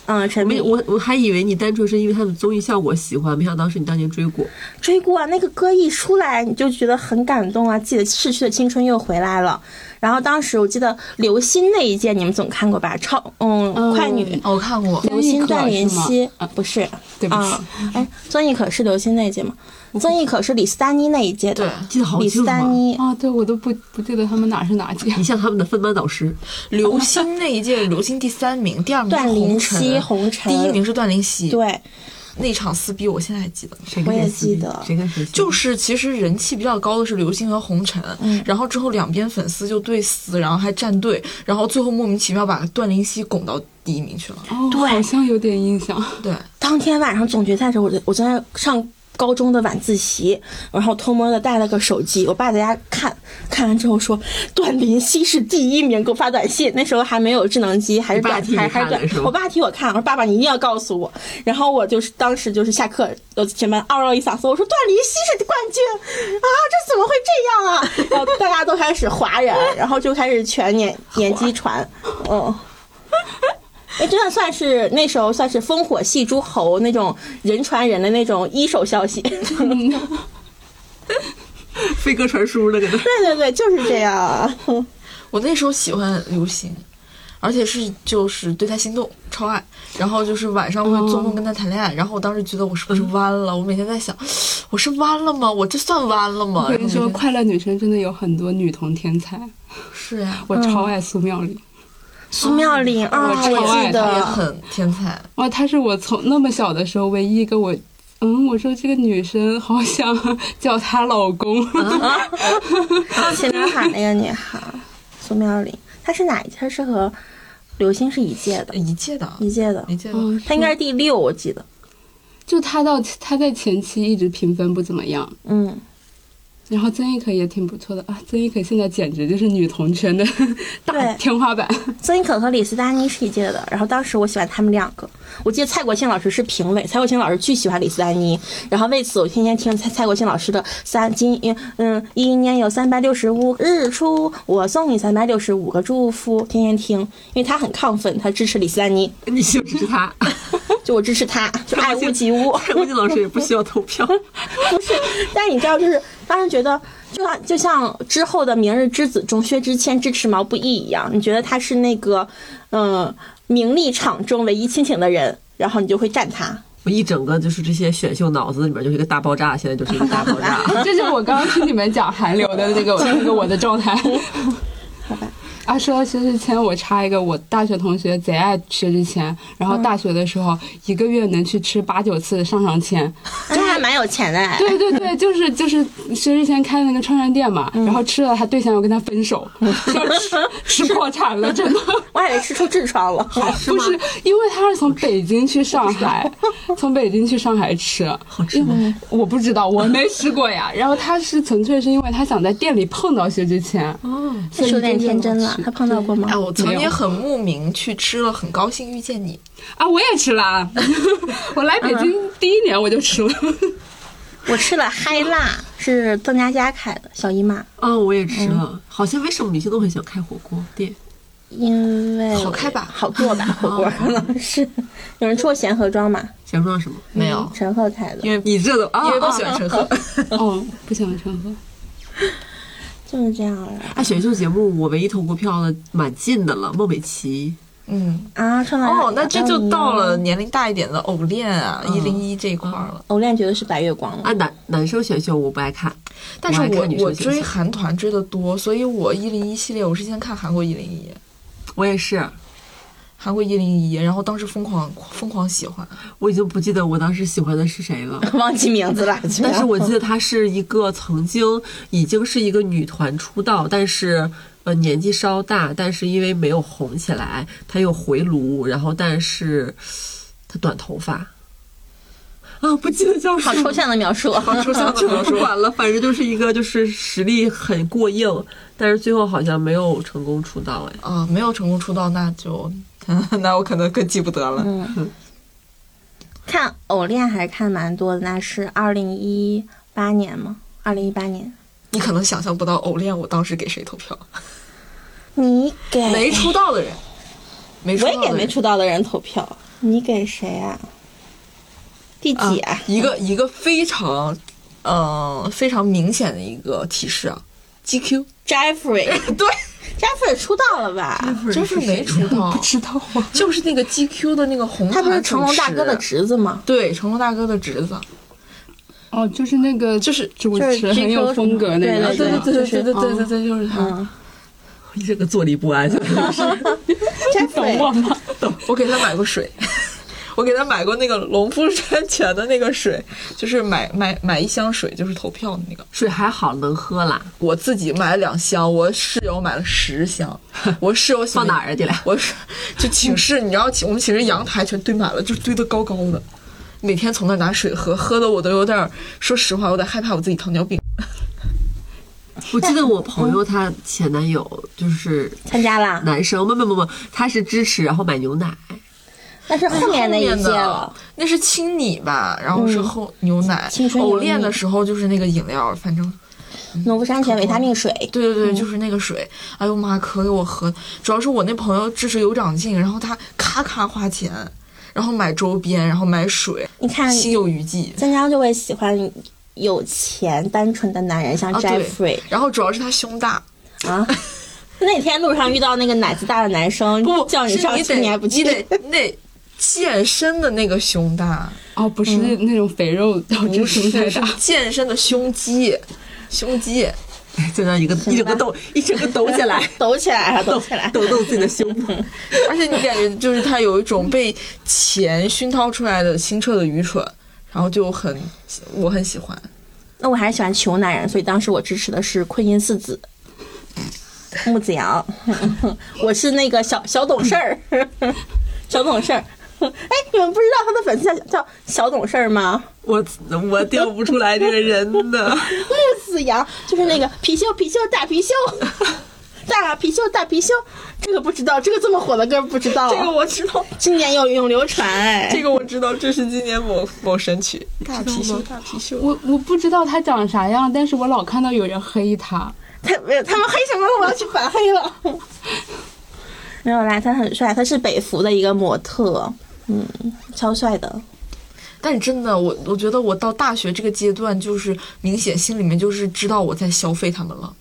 Speaker 3: 嗯，陈
Speaker 1: 没
Speaker 3: 敏
Speaker 1: 我我还以为你单纯是因为他们综艺效果喜欢，没想到是你当年追过。
Speaker 3: 追过啊，那个歌一出来，你就觉得很感动啊，自己的逝去的青春又回来了。然后当时我记得刘欣那一届，你们总看过吧？超嗯，
Speaker 4: 嗯
Speaker 3: 快女。
Speaker 2: 哦，我看过，
Speaker 3: 刘欣段濂
Speaker 4: 曾
Speaker 3: 曦
Speaker 4: 轶可是吗啊
Speaker 3: 不是，
Speaker 4: 对不起
Speaker 3: 啊哎，曾轶可是刘欣那一届吗？曾轶可是李斯丹妮那一届的
Speaker 2: 对，
Speaker 1: 记得好
Speaker 3: 李
Speaker 1: 清
Speaker 3: 斯
Speaker 1: 楚啊
Speaker 3: 丹妮，
Speaker 4: 啊，对我都不不记得他们哪是哪届。
Speaker 1: 你像他们的分班导师，
Speaker 2: 刘星那一届，刘星第三名，第二名
Speaker 3: 段
Speaker 2: 是
Speaker 3: 林
Speaker 2: 红尘，
Speaker 3: 希、红尘，
Speaker 2: 第一名是段林希。，
Speaker 3: 对，
Speaker 2: 那场撕逼我现在还记得。
Speaker 1: 谁跟
Speaker 3: 我也
Speaker 1: 谁撕逼
Speaker 3: 记得
Speaker 1: 谁跟谁撕逼
Speaker 2: 就是其实人气比较高的是刘星和红尘，
Speaker 4: 嗯
Speaker 2: 然后之后两边粉丝就对撕，然后还站队，然后最后莫名其妙把段林希拱到第一名去了。
Speaker 4: 哦，
Speaker 3: 对
Speaker 4: 好像有点印象。
Speaker 2: 对，
Speaker 3: 当天晚上总决赛的时候，我就我正在上高中的晚自习，然后偷摸的带了个手机，我爸在家看，看完之后说段林希是第一名，给我发短信。那时候还没有智能机，还是
Speaker 1: 你爸
Speaker 3: 短
Speaker 1: 替你
Speaker 3: 还还是
Speaker 1: 看的
Speaker 3: 短
Speaker 1: 是吗
Speaker 3: 我爸替我看，我说爸爸你一定要告诉我。然后我就是当时就是下课，呃，全班嗷嗷一嗓子，我说段林希是冠军啊，这怎么会这样啊？然 后大家都开始哗然，然后就开始全年年级传，嗯。哎，真的算是那时候算是烽火戏诸侯那种人传人的那种一手消息。 对
Speaker 1: 飞鸽传书了，搁那。
Speaker 3: 对对，就是这样啊。
Speaker 2: 我那时候喜欢刘星，而且是就是对他心动，超爱。然后就是晚上会
Speaker 4: 哦
Speaker 2: 做梦跟他谈恋爱，然后我当时觉得我是不
Speaker 4: 嗯
Speaker 2: 是弯了？我每天在想， 我是弯了吗？我这算弯了吗？
Speaker 4: 我跟你
Speaker 2: 然
Speaker 4: 说，
Speaker 2: 后每天
Speaker 4: 快乐女生真的有很多女童天才，
Speaker 2: 是呀、
Speaker 4: 我超爱苏妙玲。
Speaker 3: 苏妙玲啊，
Speaker 4: 我超
Speaker 3: 我记
Speaker 4: 爱
Speaker 2: 他也
Speaker 3: 得，
Speaker 2: 很天才。
Speaker 4: 哇，她是我从那么小的时候唯一一个我，嗯，我说这个女生好想叫她老 公。
Speaker 3: 秦刘海那个女孩，苏妙玲，她是哪一届？她是和刘星是一届的，
Speaker 2: 一届的，
Speaker 3: 一届的，
Speaker 2: 一届的。
Speaker 4: 嗯，
Speaker 3: 她应该是第六，我记得。
Speaker 4: 就她到她在前期一直评分不怎么样，
Speaker 3: 嗯，
Speaker 4: 然后曾轶可也挺不错的啊，曾轶可现在简直就是女童圈的 大
Speaker 3: 对
Speaker 4: 天花板。
Speaker 3: 曾轶可和李斯丹妮是一届的，然后当时我喜欢他们两个。我记得蔡国庆老师是评委，蔡国庆老师巨喜欢李斯丹妮，然后为此我天天听蔡蔡国庆老师的三今嗯一年有三百六十五日出，我送你三百六十五个祝福，天天听，因为他很亢奋，他支持李斯丹妮，嗯
Speaker 1: 你是不是他？
Speaker 3: 就我支持他，就爱屋及乌。
Speaker 1: 蔡国庆老师也不需要投票。
Speaker 3: 不是，但你知道，就是当时觉得，就像就像之后的《明日之子》中薛之谦支持毛不易一样，你觉得他是那个，嗯、名利场中唯一清醒的人，然后你就会站他。
Speaker 1: 我一整个就是这些选秀脑子里面就是一个大爆炸，现在就是一个大爆炸。
Speaker 4: 这就是我刚刚听你们讲韩流的那个那个我的状态。
Speaker 3: 好吧，
Speaker 4: 啊，说到薛之谦，我插一个，我大学同学贼爱薛之谦，然后
Speaker 3: 嗯
Speaker 4: 大学的时候、一个月能去吃八九次上上签。
Speaker 3: 这还蛮有钱哎的哎。
Speaker 4: 对对对，就是就是薛之谦开那个串串店嘛，
Speaker 3: 嗯
Speaker 4: 然后吃了他对象要跟他 分手，要吃吃破产了，真的。
Speaker 3: 我还以为吃出痔疮 了。
Speaker 1: 是
Speaker 4: 哦不
Speaker 1: 吗
Speaker 4: 是，因为他是从北京去上海，从北京去上海吃，好
Speaker 1: 吃吗
Speaker 4: 我不知道，我没吃过呀。然后他是纯粹是因为他想在店里碰到薛之谦，哦，
Speaker 3: 这是有点天真了，他碰到过吗
Speaker 2: 哎，？我曾
Speaker 4: 没
Speaker 2: 经
Speaker 4: 有
Speaker 2: 很慕名去吃了，很高兴遇见你。
Speaker 4: 啊，我也吃 了啊，我来北京
Speaker 3: 嗯
Speaker 4: 第一年我就吃了，
Speaker 3: 我吃了嗨辣，是邓家佳开的小姨妈，
Speaker 1: 啊，我也吃了。好像为什么明星都很想开火锅店？
Speaker 3: 因为哦
Speaker 2: 好开 吧
Speaker 3: 好做吧，火锅可能 是有人吃过咸河庄吗？
Speaker 1: 想说什么？
Speaker 2: 没有，
Speaker 3: 嗯陈赫开的。
Speaker 1: 因为你这都啊
Speaker 2: 因，为不喜欢陈赫。
Speaker 4: 哦，不想称呼。
Speaker 3: 就是这样了
Speaker 1: 啊，选秀节目我唯一投过票的蛮近的了，孟美岐。
Speaker 2: 嗯，
Speaker 3: 啊！春晚
Speaker 2: 哦，那这就到
Speaker 3: 嗯
Speaker 2: 了年龄大一点的偶恋啊，一零一这一块儿了。
Speaker 3: 偶恋绝对是白月光了
Speaker 1: 啊，。男男生选秀我不爱看，
Speaker 2: 但是
Speaker 1: 我还
Speaker 2: 我
Speaker 1: 看女生
Speaker 2: 我
Speaker 1: 选
Speaker 2: 追
Speaker 1: 秀
Speaker 2: 韩团追的多，所以我一零一系列我是先看韩国一零一，
Speaker 1: 我也是，
Speaker 2: 韩国一零一，然后当时疯狂疯狂喜欢，
Speaker 1: 我已经不记得我当时喜欢的是谁了。
Speaker 3: 忘记名字 了，
Speaker 1: 但是我记得她是一个曾经已经是一个女团出道，但是呃年纪稍大，但是因为没有红起来，她又回炉，然后但是她短头发。啊，不记得叫什
Speaker 3: 好
Speaker 1: 么
Speaker 3: 抽象的描述。啊
Speaker 1: 好抽 象的描述，完了，反正就是一个就是实力很过硬，但是最后好像没有成功出道，哎，
Speaker 2: 啊、没有成功出道，那就 那我可能更记不得
Speaker 3: 嗯
Speaker 2: 了。
Speaker 3: 看偶恋还看蛮多的，那是二零一八年吗？二零一八年，
Speaker 2: 你可能想象不到偶恋，我当时给谁投票？
Speaker 3: 你给
Speaker 2: 没出道的人，没出
Speaker 3: 哎我
Speaker 2: 道
Speaker 3: 也
Speaker 2: 的人
Speaker 3: 给没出道的人投票，你给谁啊？第
Speaker 2: 啊
Speaker 3: 几啊？
Speaker 2: 一个一个非常，呃，非常明显的一个提示啊，GQ
Speaker 3: Jeffrey，
Speaker 2: 对
Speaker 3: ，Jeffrey 出道了吧？
Speaker 2: 真是
Speaker 3: 啊
Speaker 2: 没出道，
Speaker 4: 知道啊，
Speaker 2: 就是那个 GQ 的那个红
Speaker 3: 他
Speaker 2: 毯
Speaker 3: 不是成龙大哥的
Speaker 2: 主持，啊
Speaker 3: 侄子吗？
Speaker 2: 对，成龙大哥的侄子，
Speaker 4: 哦，就是那个
Speaker 2: 就是
Speaker 4: 主
Speaker 3: 就是
Speaker 4: 持很
Speaker 3: GQ
Speaker 4: 有风格那
Speaker 3: 什么对
Speaker 4: 个，
Speaker 3: 对对就是
Speaker 2: 对对对，就是他。
Speaker 3: 嗯
Speaker 1: 这个坐立不 安，就是
Speaker 3: ，Jeffrey，
Speaker 4: 吗？
Speaker 2: 我给他买过水， 我给他买过那个农夫山泉的那个水，就是买买买一箱水，就是投票的那个。
Speaker 1: 水还好能喝啦，
Speaker 2: 我自己买了两箱，我室友买了十箱，我室友喜欢
Speaker 1: 放哪儿啊这俩？
Speaker 2: 我是就寝室，你知道，寝我们寝室阳台全堆满了，就堆得高高的。每天从那儿拿水喝，喝的我都有点儿，说实话，我有点害怕我自己糖尿病。
Speaker 1: 我记得我朋友她前男友就是
Speaker 3: 参加啦，
Speaker 1: 男生，不不不不，他是支持然后买牛奶，
Speaker 3: 那是嗯后面那一届了。嗯
Speaker 2: 那是青你吧，然后是后牛奶
Speaker 3: 青，春有
Speaker 2: 偶
Speaker 3: 你
Speaker 2: 练的时候就是那个饮料，反正
Speaker 3: 农夫山泉维他命水，
Speaker 2: 对对对，就是那个水。哎呦妈，可给我喝！主要是我那朋友支持有长进，然后他咔咔花钱，然后买周边，然后买水，
Speaker 3: 你看
Speaker 2: 心有余悸。
Speaker 3: 曾江就会喜欢有钱单纯的男人，像
Speaker 2: 啊对
Speaker 3: Jeffrey
Speaker 2: 然后主要是他胸大，
Speaker 3: 啊。那天路上遇到那个奶子大的男生，
Speaker 2: 不
Speaker 3: 叫
Speaker 2: 是
Speaker 3: 上
Speaker 2: 你
Speaker 3: 去，
Speaker 2: 得
Speaker 3: 你还不去？
Speaker 2: 你得你得健身的那个胸大，
Speaker 4: 哦，不是
Speaker 3: 嗯
Speaker 4: 那种肥肉导致
Speaker 2: 不
Speaker 4: 胸太
Speaker 2: 是
Speaker 4: 大
Speaker 2: 是，健身的胸肌，胸肌。
Speaker 1: 就让一个一整个抖一整个抖起来，
Speaker 3: 抖起来啊，抖起来！
Speaker 1: 抖动自己的胸部，
Speaker 2: 而且你感觉就是他有一种被钱熏陶出来的清澈的愚蠢，然后就很我很喜欢。
Speaker 3: 那我还是喜欢穷男人，所以当时我支持的是昆音四子。木子阳， 我是那个小小懂事儿， 小懂事儿。 哎，你们不知道他的粉丝叫叫小懂事儿吗？
Speaker 1: 我我调不出来这个人呢，
Speaker 3: 木子阳就是那个貔貅，貔貅，大貔貅，大貔貅，大貔貅。这个不知道，这个这么火的歌不知道啊。
Speaker 2: 这个我知道，
Speaker 3: 今年有永流传哎，
Speaker 2: 这个我知道，这是今年某某神曲。大貔貅，大貔貅。
Speaker 4: 我我不知道他长啥样，但是我老看到有人黑他。
Speaker 3: 他没有，他们黑什么了？我要去反黑了。没有啦，他很帅，他是北服的一个模特，嗯，超帅的。
Speaker 2: 但是真的，我我觉得我到大学这个阶段，就是明显心里面就是知道我在消费他们了。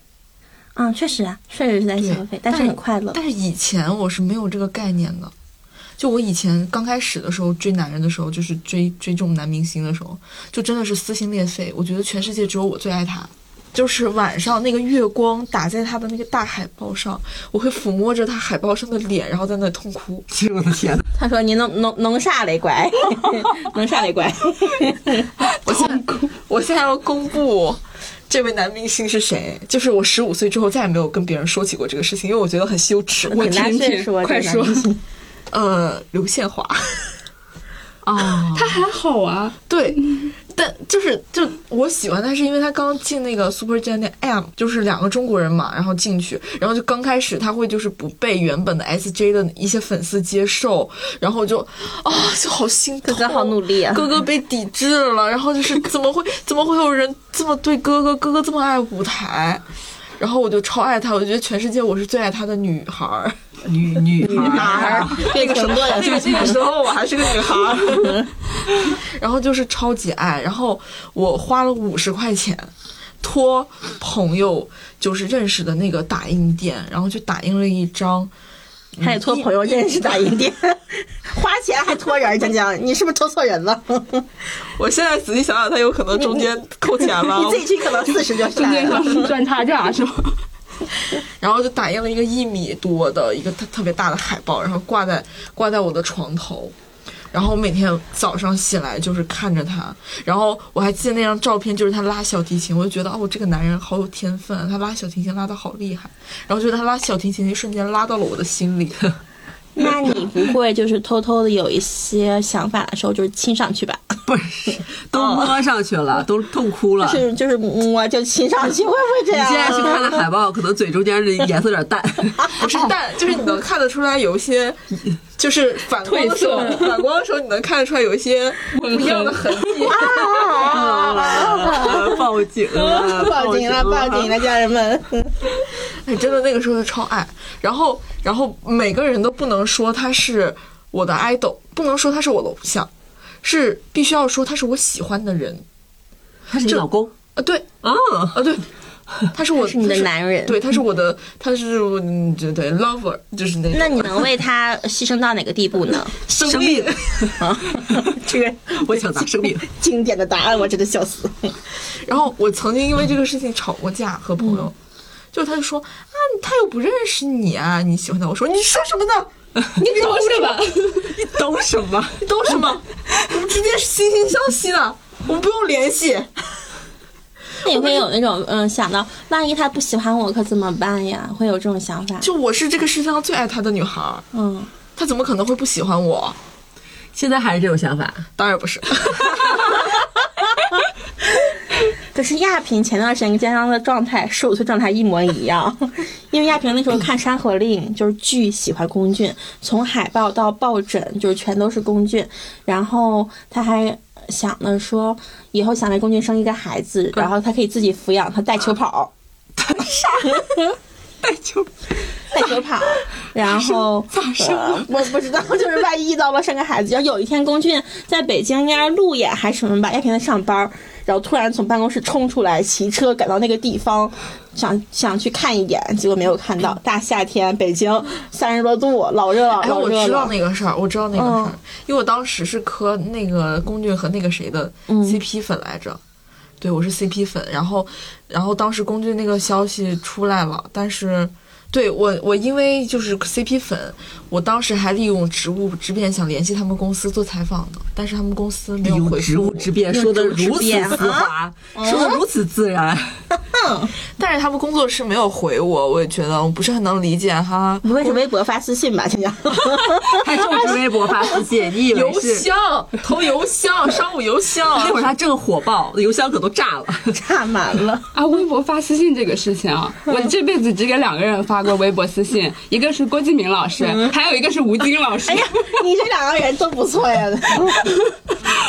Speaker 3: 嗯，确实啊，确实是在消费
Speaker 2: 对，
Speaker 3: 但是很快乐。
Speaker 2: 但是以前我是没有这个概念的。就我以前刚开始的时候追男人的时候，就是追追这种男明星的时候，就真的是撕心裂肺。我觉得全世界只有我最爱他。就是晚上那个月光打在他的那个大海报上，我会抚摸着他海报上的脸，然后在那痛哭。
Speaker 1: 是我的天呐，
Speaker 3: 他说：“你能能能啥嘞， 乖，能啥嘞，乖。
Speaker 2: 我现在我现在要公布这位男明星是谁，就是我十五岁之后再也没有跟别人说起过这个事情，因为我觉得很羞耻”。
Speaker 4: 我
Speaker 3: 挺大
Speaker 4: 听
Speaker 3: 岁
Speaker 4: 听
Speaker 3: 数啊，
Speaker 4: 快
Speaker 3: 这
Speaker 4: 说
Speaker 3: 男明 星
Speaker 2: 呃，刘宪华，
Speaker 1: 啊，
Speaker 3: 哦
Speaker 4: 他还好啊，
Speaker 2: 对，
Speaker 3: 嗯
Speaker 2: 但就是就我喜欢他是因为他刚进那个 Super Junior 的 M，就是两个中国人嘛，然后进去，然后就刚开始他会就是不被原本的 SJ 的一些粉丝接受，然后就啊、就好心
Speaker 3: 哥
Speaker 2: 疼，
Speaker 3: 哥好努力啊。
Speaker 2: 哥哥被抵制了，然后就是怎么会怎么会有人这么对哥哥？哥哥这么爱舞台，然后我就超爱他，我觉得全世界我是最爱他的女孩儿。
Speaker 1: 女女孩 儿，
Speaker 3: 变成多了，
Speaker 2: 那个那个时候我还是个女孩儿， 然后就是超级爱，然后我花了五十块钱。托朋友就是认识的那个打印店，然后去打印了一张，
Speaker 3: 还得托朋友认识打印店， 花钱还托人，江江，你是不是托错人了？
Speaker 2: 我现在仔细想想，他有可能中间扣钱 了，
Speaker 3: 你自己去可能四十就
Speaker 4: 中
Speaker 3: 下来
Speaker 4: 间
Speaker 3: 了
Speaker 4: 像。是 赚差价是吧？
Speaker 2: 然后就打印了一个一米多的一个特特别大的海报，然后挂在挂在我的床头，然后我每天早上醒来就是看着他，然后我还记得那张照片，就是他拉小提琴，我就觉得哦，这个男人好有天分啊，他拉小提琴拉的好厉害，然后觉得他拉小提琴那一瞬间拉到了我的心里。
Speaker 3: 那你不会就是偷偷的有一些想法的时候，就是亲上去吧？
Speaker 1: 不是，都摸上去了，都痛哭了。
Speaker 3: 是啊就是摸就亲上去，会不会这
Speaker 1: 你
Speaker 3: 样？啊
Speaker 1: 现在去看看海报，可能嘴中间的颜色有点淡。
Speaker 2: 不是淡，就是你能看得出来有一些，就是反光的时候，
Speaker 4: 褪
Speaker 2: 反光的时候你能看得出来有一些不一样的痕 迹。
Speaker 1: 啊报警啊了！
Speaker 3: 报警了，报警！了，家人们！
Speaker 2: 哎，真的那个时候超爱。然后，然后每个人都不能说他是我的 idol，不能说他是我的偶像，是必须要说他是我喜欢的人。
Speaker 1: 他是你老公
Speaker 2: 啊，对，
Speaker 1: 啊？
Speaker 2: 啊，对，他是我
Speaker 3: 是你的
Speaker 2: 他
Speaker 3: 男人
Speaker 2: 对，他是我的，他是我嗯对对 lover，就是那种
Speaker 3: 那你能为他牺牲到哪个地步呢？
Speaker 1: 生命，
Speaker 3: 这 个
Speaker 1: 我抢答生命。
Speaker 3: 经典的答案，我真的笑死。
Speaker 2: 然后我曾经因为这个事情吵过架和朋友，
Speaker 3: 嗯
Speaker 2: 就他就说啊，他又不认识你啊，你喜欢他？我说你说什么呢？你
Speaker 4: 懂
Speaker 2: 懂
Speaker 4: 是吧？
Speaker 1: 你懂什么？
Speaker 2: 你懂什么？我们之间是惺惺相惜的，我们不用联系。
Speaker 3: 那你会有那种嗯想到，万一他不喜欢我可怎么办呀？会有这种想法？
Speaker 2: 就我是这个世界上最爱他的女孩儿，
Speaker 3: 嗯，
Speaker 2: 他怎么可能会不喜欢我？
Speaker 1: 现在还是这种想法？
Speaker 2: 当然 不是，
Speaker 3: 可是亚萍前段时间跟江江的状态，十五岁状态一模一样，因为亚萍那时候看《山河令》，就是巨喜欢龚俊，从海报到抱枕，就是全都是龚俊。然后他还想呢，说以后想给龚俊生一个孩子，然后他可以自己抚养他带球跑，
Speaker 1: 哎，就
Speaker 3: 带球跑。 然后
Speaker 1: 咋生
Speaker 3: 呃我不知道， 就是万一遇到了生个孩子，要有一天龚俊在北京应该路演还是什么吧，亚萍在上班儿，然后突然从办公室冲出来，骑车赶到那个地方，想想去看一眼，结果没有看到。大夏天北京三十多度，老热了，
Speaker 2: 哎，
Speaker 3: 老
Speaker 2: 我
Speaker 3: 热
Speaker 2: 知道
Speaker 3: 了。
Speaker 2: 那个事儿，我知道那个事儿，
Speaker 3: 嗯
Speaker 2: 因为我当时是磕那个龚俊和那个谁的
Speaker 3: 嗯
Speaker 2: CP 粉来着，对我是 CP 粉，然后，然后当时龚俊那个消息出来了，但是。对我，我因为就是 CP 粉，我当时还利用职务之便想联系他们公司做采访呢，但是他们公司没有
Speaker 1: 有
Speaker 2: 回复
Speaker 1: 职务
Speaker 2: 我
Speaker 1: 之便，说的如此丝滑，说的如此自然。
Speaker 2: 但是他们工作室没有回我，我也觉得我不是很能理解哈。
Speaker 3: 不会是微博发私信吧？现 在
Speaker 1: 他就是微博发私信，你以为
Speaker 2: 邮
Speaker 1: 是？
Speaker 2: 箱投邮箱，商务邮 箱，
Speaker 1: 那会儿他正火爆，邮箱可都炸了。
Speaker 3: 炸满了。
Speaker 4: 啊，微博发私信这个事 情啊，我这辈子只给两个人发过微博私信，一个是郭敬明老师，还有一个是吴京老师。
Speaker 3: 嗯哎呀，你这两个人都不错呀。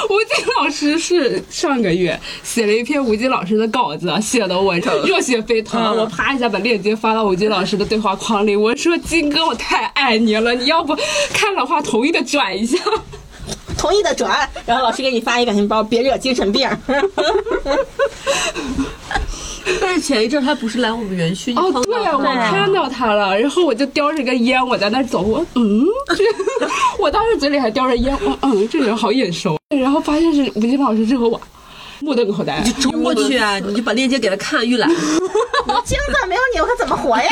Speaker 4: 吴京老师是上个月写了一篇吴京老师的稿子，写的我热血沸腾。
Speaker 3: 嗯
Speaker 4: 我啪一下把链接发到吴京老师的对话框里，我说：“金哥，我太爱你了，你要不看的话同意的转一下。
Speaker 3: 同意的转，然后老师给你发一表情包，别惹精神病。
Speaker 1: 但是前一阵他不是来我们园区”
Speaker 4: 哦，对，我看到他了，然后我就叼着个烟，我在那儿走，我嗯， 这我当时嘴里还叼着烟，我嗯，这人好眼熟。然后发现是吴京老师之后，我目瞪口 呆。
Speaker 1: 冲过去啊！你就把链接给他看预览，
Speaker 3: 金子没有 你，我可怎么活呀？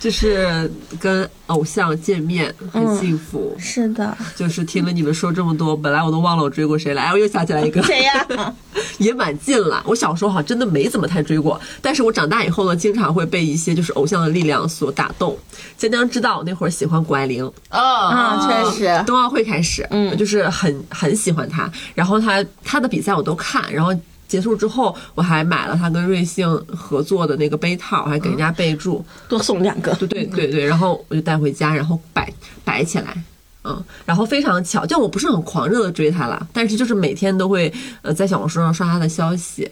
Speaker 1: 就是跟偶像见面很幸福。
Speaker 3: 是的，
Speaker 1: 就是听了你们说这么多，本来我都忘了我追过谁了，哎，我又想起来一个，
Speaker 3: 谁呀？
Speaker 1: 也蛮近了。我小时候好像真的没怎么太追过，但是我长大以后呢，经常会被一些就是偶像的力量所打动。江江知道那会儿喜欢谷爱凌，
Speaker 2: 啊，
Speaker 3: 啊，确实，
Speaker 1: 冬奥会开始，
Speaker 3: 嗯
Speaker 1: 就是很很喜欢他，然后他他的比赛我都看，然后。结束之后，我还买了他跟瑞幸合作的那个杯套，还给人家备注。
Speaker 3: 多送两个。
Speaker 1: 对对对对，然后我就带回家，然后摆摆起来，嗯，然后非常巧，就我不是很狂热的追他了，但是就是每天都会呃在小红书上刷他的消息。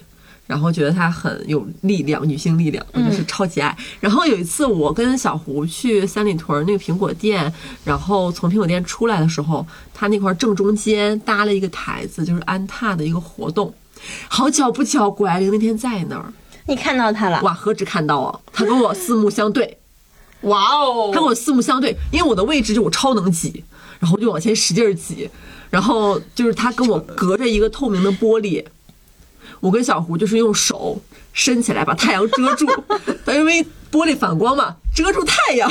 Speaker 1: 然后觉得她很有力量，女性力量，我就是超级爱。然后有一次，我跟小胡去三里屯那个苹果店，然后从苹果店出来的时候，他那块正中间搭了一个台子，就是安踏的一个活动。好巧不巧，谷爱凌那天在那儿，
Speaker 3: 你看到他了？
Speaker 1: 哇，何止看到啊，他跟我四目相对，
Speaker 2: 哇哦
Speaker 1: 他跟我四目相对，因为我的位置就我超能挤，然后就往前使劲儿挤，然后就是他跟我隔着一个透明的玻璃，我跟小胡就是用手伸起来把太阳遮住， 但因为 玻璃反光嘛，遮住太阳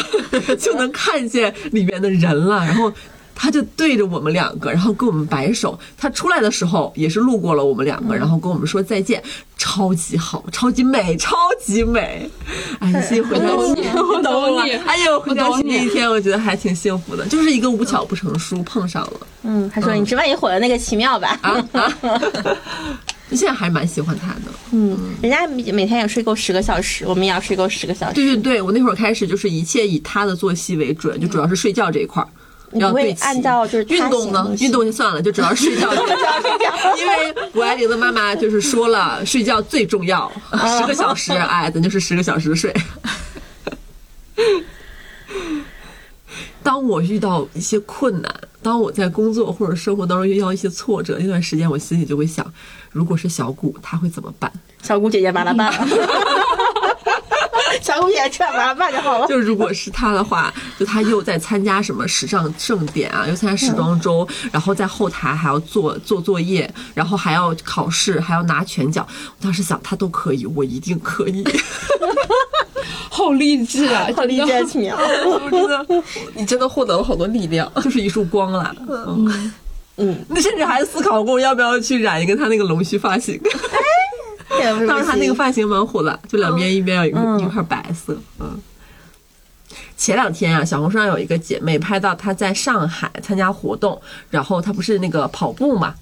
Speaker 1: 就能看见里面的人了，然后。他就对着我们两个，然后跟我们摆手。他出来的时候也是路过了我们两个，然后跟我们说再见，超级好，超级美，超级美。哎，心回家
Speaker 4: 懂
Speaker 1: 洗
Speaker 4: 你，我懂你。
Speaker 1: 哎呦，回家
Speaker 4: 我
Speaker 1: 洗
Speaker 4: 懂你
Speaker 1: 那一天，我觉得还挺幸福的，就是一个无巧不成书，碰上了
Speaker 3: 嗯，他说你之外也火了那个奇妙吧？
Speaker 1: 啊啊！现在还蛮喜欢他的。
Speaker 3: 嗯，人家每天也睡够十个小时，我们也要睡够十个小时。
Speaker 1: 对对对，我那会儿开始就是一切以他的作息为准，就主要是睡觉这一块儿。
Speaker 3: 嗯你
Speaker 1: 要
Speaker 3: 不会
Speaker 1: 对齐
Speaker 3: 按照就是
Speaker 1: 运
Speaker 3: 他
Speaker 1: 动
Speaker 3: 行
Speaker 1: 呢
Speaker 3: 的？
Speaker 1: 运动就算了，就主要是睡觉 这一块儿。因为谷爱凌的妈妈就是说了，睡觉最重要，
Speaker 3: 啊
Speaker 1: 十个小时，哎，咱就是十个小时的睡。当我遇到一些困难，当我在工作或者生活当中遇到一些挫折，那段时间我心里就会想，如果是小谷，他会怎么办？
Speaker 3: 小姑姐姐麻辣拌， 小姑姐姐吃点麻辣拌就好 了。
Speaker 1: 就如果是他的话，就他又在参加什么时尚盛典啊，又参加时装周，
Speaker 2: 嗯
Speaker 1: 然后在后台还要做做作业，然后还要考试，还要拿全奖。我当时想，他都可以，我一定可以。
Speaker 4: 好励志啊！
Speaker 3: 好理
Speaker 4: 真
Speaker 3: 解
Speaker 4: 的
Speaker 3: 奇 妙。
Speaker 1: 我真的
Speaker 2: 你真的获得了好多力量。
Speaker 1: 就是一束光啦。嗯
Speaker 3: 嗯，
Speaker 1: 那甚至还思考过要不要去染一个他那个龙须发型。
Speaker 3: 也哎不是
Speaker 1: 当时他那个发型蛮火的，就两边一边有一个、
Speaker 3: 嗯
Speaker 1: 一块白色，嗯。前两天啊，小红书上有一个姐妹拍到她在上海参加活动，然后她不是那个跑步嘛，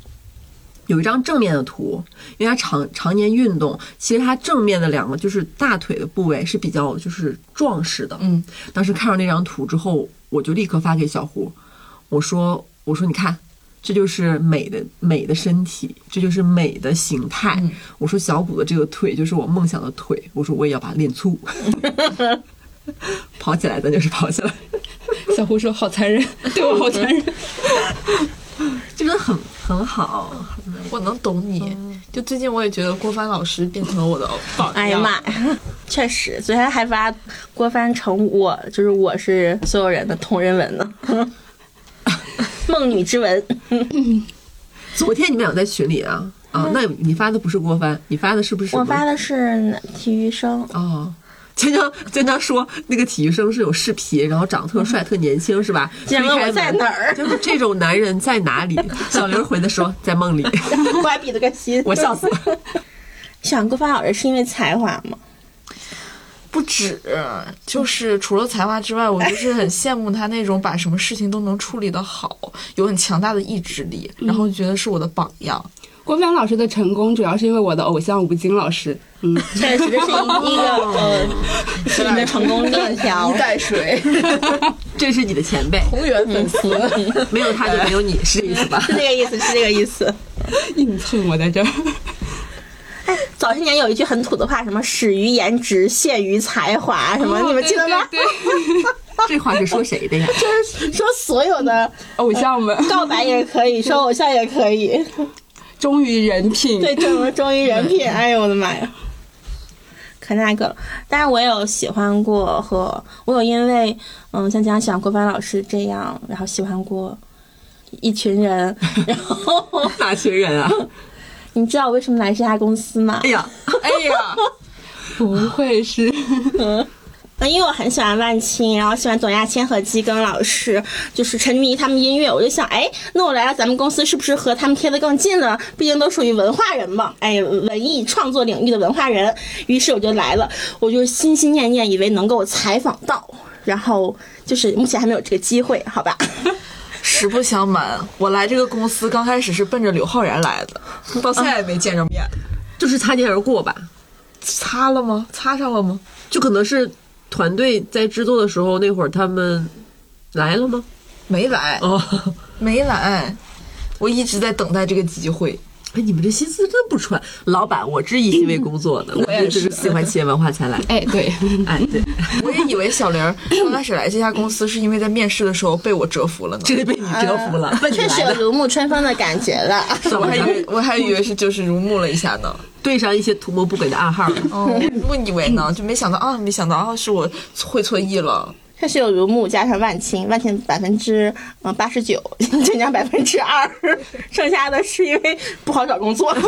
Speaker 1: 有一张正面的图，因为她常常年运动，其实她正面的两个就是大腿的部位是比较就是壮实的。
Speaker 2: 嗯，
Speaker 1: 当时看到那张图之后，我就立刻发给小胡，我说我说你看，这就是美的美的身体，这就是美的形态。
Speaker 3: 嗯
Speaker 1: 我说小谷的这个腿就是我梦想的腿，我说我也要把它练粗。 跑起来，咱就是跑起来，
Speaker 4: 小胡说好残忍，对我好残忍。
Speaker 1: 就真的很很好。
Speaker 2: 我能懂你，就最近我也觉得郭帆老师变成了我的榜样。
Speaker 3: 哎呀妈！呀，确实，昨天还发郭帆成我就是我是所有人的同人文 呢，梦女之文。
Speaker 1: 昨天你们俩在群里啊啊，那你发的不是郭帆，你发的是不是？
Speaker 3: 我发的是体育生，
Speaker 1: 哦。经常经常说那个体育生是有视频，然后长得特帅、特年轻， 是吧？
Speaker 3: 竟嗯然问我在哪儿
Speaker 1: 就是这种男人在哪里？小刘回的说在梦 里，
Speaker 3: 我还比了个心。
Speaker 1: 我笑死了。
Speaker 3: 想郭帆老师是因为才华吗？
Speaker 2: 不止，就是除了才华之外，我就是很羡慕他那种把什么事情都能处理得好，有很强大的意志力，然后觉得是我的榜样。
Speaker 4: 郭帆老师的成功主要 是因为我的偶像吴京老师，嗯，
Speaker 3: 确 实这是一个呃，是你的成功链条
Speaker 2: 哦一。代水，
Speaker 1: 这是你的前 辈，
Speaker 2: 红源粉丝。
Speaker 1: 没有他就没有你，是这意思吧？
Speaker 3: 是这个意思，是这个意思。
Speaker 4: 硬蹭我在这儿。
Speaker 3: 早些年有一句很土的话，什么“始于颜值，陷于才华”，
Speaker 2: 哦
Speaker 3: 什么、你们记得吗？
Speaker 4: 哦对对对
Speaker 1: 这话是说谁的呀？
Speaker 3: 就是说所有的
Speaker 4: 偶像们
Speaker 3: 告白也可以，说偶像也可以，
Speaker 4: 忠于人 品，
Speaker 3: 对，这种忠于人品，哎呦我的妈呀！可那个了，当然我有喜欢过和我有因为嗯像江想郭帆老师这样，然后喜欢过一群人， 然后
Speaker 1: 哪群人啊？
Speaker 3: 你知道我为什么来这家公司吗
Speaker 1: 哎？呀，
Speaker 2: 哎呀，
Speaker 4: 不会是
Speaker 3: 嗯，因为我很喜欢万青，然后喜欢董亚千和基庚老师，就是沉迷他们音乐，我就想，哎，那我来到咱们公司是不是和他们贴得更近了？毕竟都属于文化人嘛，哎，文艺创作领域的文化人。于是我就来了，我就心心念念以为能够采访到，然后就是目前还没有这个机会，好吧？
Speaker 2: 实不相瞒，我来这个公司刚开始是奔着刘昊然来的，到现在也没见着面。
Speaker 1: 就是擦肩而过吧，
Speaker 2: 啊擦了吗？擦上了吗？
Speaker 1: 就可能是团队在制作的时候那会儿他们来了吗？
Speaker 2: 没来，
Speaker 1: 哦，
Speaker 2: 没来。我一直在等待这个机会。
Speaker 1: 哎，你们这心思真不纯。老板，我是一心为工作嗯的，我
Speaker 2: 也
Speaker 1: 只
Speaker 2: 是
Speaker 1: 是喜欢企业文化才 来。
Speaker 4: 哎，对，
Speaker 1: 哎，对，
Speaker 2: 我也以为小玲儿刚开始来这家公司是因为在面试的时候被我折服了呢。
Speaker 1: 真的被你折服了， 问你
Speaker 3: 呃确实
Speaker 1: 来
Speaker 3: 有
Speaker 1: 的，
Speaker 3: 如沐春风的感觉了。
Speaker 1: 怎
Speaker 2: 我
Speaker 1: 么
Speaker 2: 还以
Speaker 1: 着
Speaker 2: 为我还以为是就是如沐了一下呢，
Speaker 1: 对上一些图谋不轨的暗号？
Speaker 2: 哦，我以为呢，就没想到啊，没想到啊，是我会错意了，
Speaker 3: 确实有如沐加上万青，万青百分之嗯八十九， 晋江百分之二，剩下的是因为不好找工作。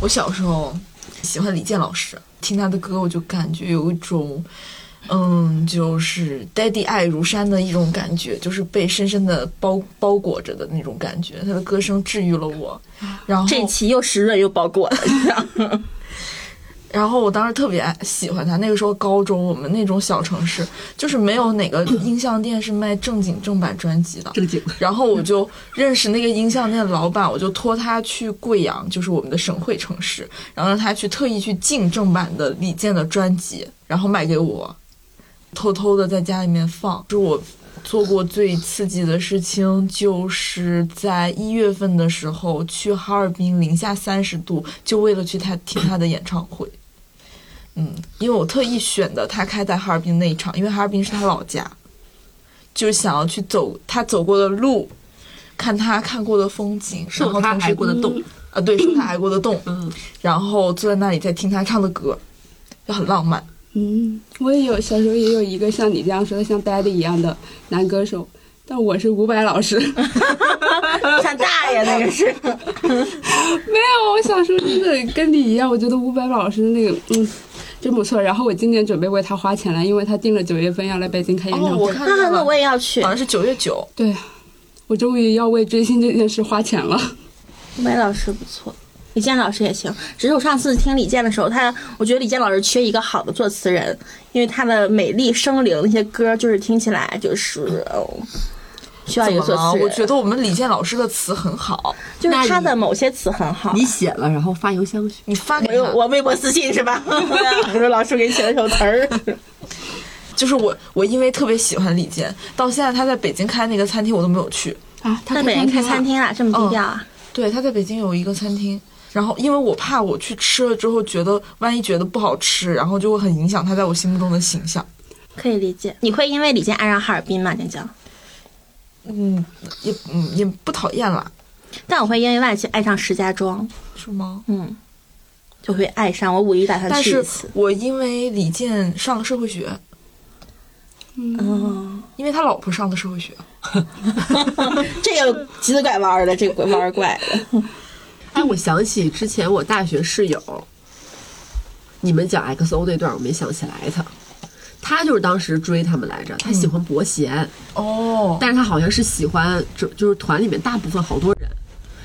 Speaker 2: 我小时候喜欢李健老师，听他的歌，我就感觉有一种嗯，就是爹地爱如山的一种感觉，就是被深深的包包裹着的那种感觉。他的歌声治愈了我，然后
Speaker 3: 这期又湿润又包裹 了，
Speaker 2: 然后我当时特别爱喜欢他，那个时候高中，我们那种小城市，就是没有哪个音像店是卖正经正版专辑的。
Speaker 1: 正经。
Speaker 2: 然后我就认识那个音像店的老板，我就托他去贵阳，就是我们的省会城市，然后让他去特意去进正版的李健的专辑，然后卖给我，偷偷的在家里面放。就是我做过最刺激的事情，就是在一月份的时候去哈尔滨，零下三十度，就为了去他听他的演唱会。嗯，因为我特意选的他开在哈尔滨那一场，因为哈尔滨是他老家，就是想要去走他走过的路，看他看过的风景，然
Speaker 1: 受
Speaker 2: 后
Speaker 1: 他
Speaker 2: 同时
Speaker 1: 挨过的冻，
Speaker 2: 啊，对，受他挨过的冻，
Speaker 1: 嗯，
Speaker 2: 然后坐在那里在听他唱的歌，就很浪漫。
Speaker 4: 嗯，我也有小时候也有一个像你这样说的像 Daddy 一样的男歌手，但我是伍佰老 师。
Speaker 3: 他大爷那个是，
Speaker 4: 没有，我小时候真的跟你一样，我觉得伍佰老师那个，嗯，真不错。然后我今年准备为他花钱了，因为他定了九月份要来北京开演
Speaker 2: 哦，
Speaker 4: 唱
Speaker 2: 我
Speaker 4: 会。
Speaker 2: 看
Speaker 3: 那
Speaker 2: 见
Speaker 3: 那
Speaker 2: 了，
Speaker 3: 我也要去
Speaker 2: 好。像是九月九，
Speaker 4: 对，我终于要为追星这件事花钱了。
Speaker 3: 梅老师不错，李健老师也行。只是我上次听李健的时候，他我觉得李健老师缺一个好的作词人，因为他的美丽生灵那些歌，就是听起来就是哦，需要
Speaker 2: 怎
Speaker 3: 一个
Speaker 2: 么
Speaker 3: 作
Speaker 2: 了？
Speaker 3: 词人。
Speaker 2: 我觉得我们李健老师的词很好，
Speaker 3: 就是他
Speaker 1: 那
Speaker 3: 的某些词很好。
Speaker 1: 你写了，然后发邮箱去。
Speaker 2: 你发给
Speaker 3: 我有
Speaker 2: 他。
Speaker 3: 我微博私信是吧？我说 老师我给你写了首词 儿，
Speaker 2: 就是我，我因为特别喜欢李健，到现在他在北京开那个餐厅我都没有去。
Speaker 4: 啊，他
Speaker 3: 在北京开餐厅啦，这么低调啊？
Speaker 2: 对，他在北京有一个餐厅，然后因为我怕我去吃了之后，觉得万一觉得不好吃，然后就会很影响他在我心目中的形象。
Speaker 3: 可以理解。你会因为李健爱上哈尔滨吗？江江？
Speaker 2: 嗯，也嗯也不讨厌啦，
Speaker 3: 但我会因为万茜爱上石家庄，
Speaker 2: 是吗？
Speaker 3: 嗯，就会爱上。我五一打算
Speaker 2: 但
Speaker 3: 去一
Speaker 2: 是
Speaker 3: 次。
Speaker 2: 我因为李健上了社会学，
Speaker 3: 嗯，
Speaker 2: 因为他老婆上的社会学，
Speaker 3: 这个急得拐弯儿的，这个弯儿拐的。
Speaker 1: 哎，我想起之前我大学室友，你们讲 XO 那段，我没想起来他。他就是当时追他们来着，他喜欢伯贤，
Speaker 2: 哦，
Speaker 1: 但是他好像是喜欢就就是团里面大部分好多人。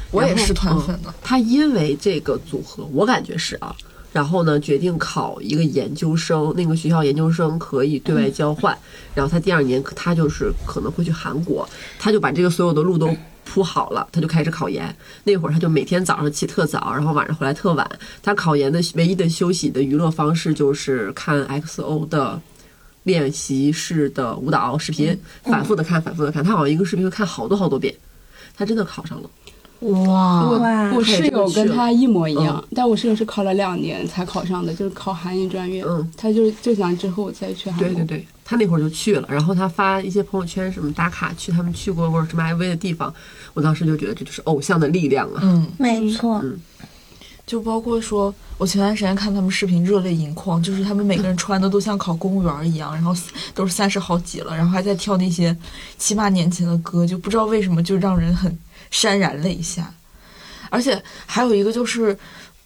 Speaker 2: 我也
Speaker 1: 然后
Speaker 2: 是团粉呢
Speaker 1: 嗯。他因为这个组合，我感觉是啊，然后呢决定考一个研究生，那个学校研究生可以对外
Speaker 2: 嗯
Speaker 1: 交换，然后他第二年他就是可能会去韩国，他就把这个所有的路都。铺好了，他就开始考研。那会儿他就每天早上起特早，然后晚上回来特晚。他考研的唯一的休息的娱乐方式就是看 XO 的练习室的舞蹈视频，
Speaker 2: 嗯
Speaker 1: 反复的看，反复的看。他好像一个视频会看好多好多遍。他真的考上了。
Speaker 2: 哇，
Speaker 3: 嗯哇
Speaker 4: 我室友跟他一模一样
Speaker 1: 嗯，
Speaker 4: 但我室友是考了两年才考上的，就是考韩语专业。
Speaker 1: 嗯，
Speaker 4: 他就就想之后再去韩国。
Speaker 1: 对对对，他那会儿就去了，然后他发一些朋友圈什么打卡去他们去过或者什么 MV 的地方，我当时就觉得这就是偶像的力量啊。
Speaker 2: 嗯，
Speaker 3: 没错，
Speaker 2: 就包括说，我前段时间看他们视频热泪盈眶，就是他们每个人穿的都像考公务员儿一样，然后都是三十好几了，然后还在跳那些七八年前的歌，就不知道为什么就让人很潸然泪下。而且还有一个就是，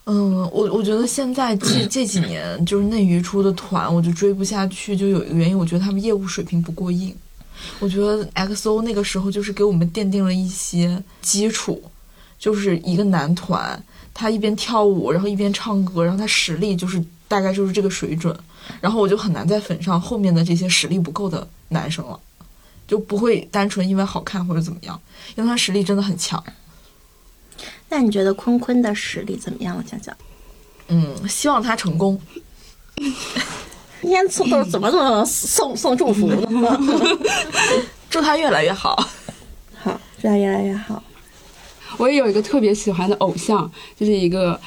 Speaker 2: 嗯，我我觉得现在这这几年就是内娱出的团，我就追不下去，就有一个原因，我觉得他们业务水平不过硬。我觉得 XO 那个时候就是给我们奠定了一些基础，就是一个男团，他一边跳舞，然后一边唱歌，然后他实力就是大概就是这个水准，然后我就很难再粉上后面的这些实力不够的男生了，就不会单纯因为好看或者怎么样，因为他实力真的很强。
Speaker 3: 那你觉得坤坤的实力怎么样？我啊讲讲。
Speaker 2: 嗯，希望他成功。
Speaker 3: 今天送豆怎么怎么送送祝福呢？
Speaker 2: 祝他越来越好。
Speaker 3: 好，这样越来越好。
Speaker 4: 我也有一个特别喜欢的偶像，就是一个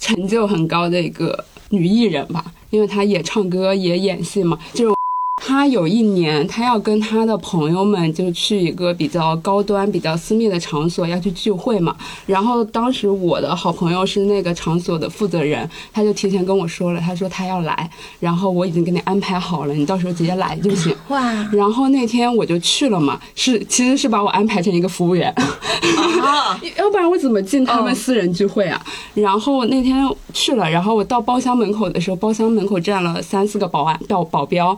Speaker 4: 成就很高的一个女艺人吧，因为她也唱歌也演戏嘛。就是我她有一年，她要跟她的朋友们就是去一个比较高端、比较私密的场所要去聚会嘛。然后当时我的好朋友是那个场所的负责人，他就提前跟我说了，他说他要来，然后我已经给你安排好了，你到时候直接来就行。
Speaker 3: 哇，
Speaker 4: 然后那天我就去了嘛，是其 实是把我安排成一个服务员，要不然我怎么进他们私人聚会啊？然后那天去了，然后我到包厢门口的时候，包厢门口站了三四个保安保保镖，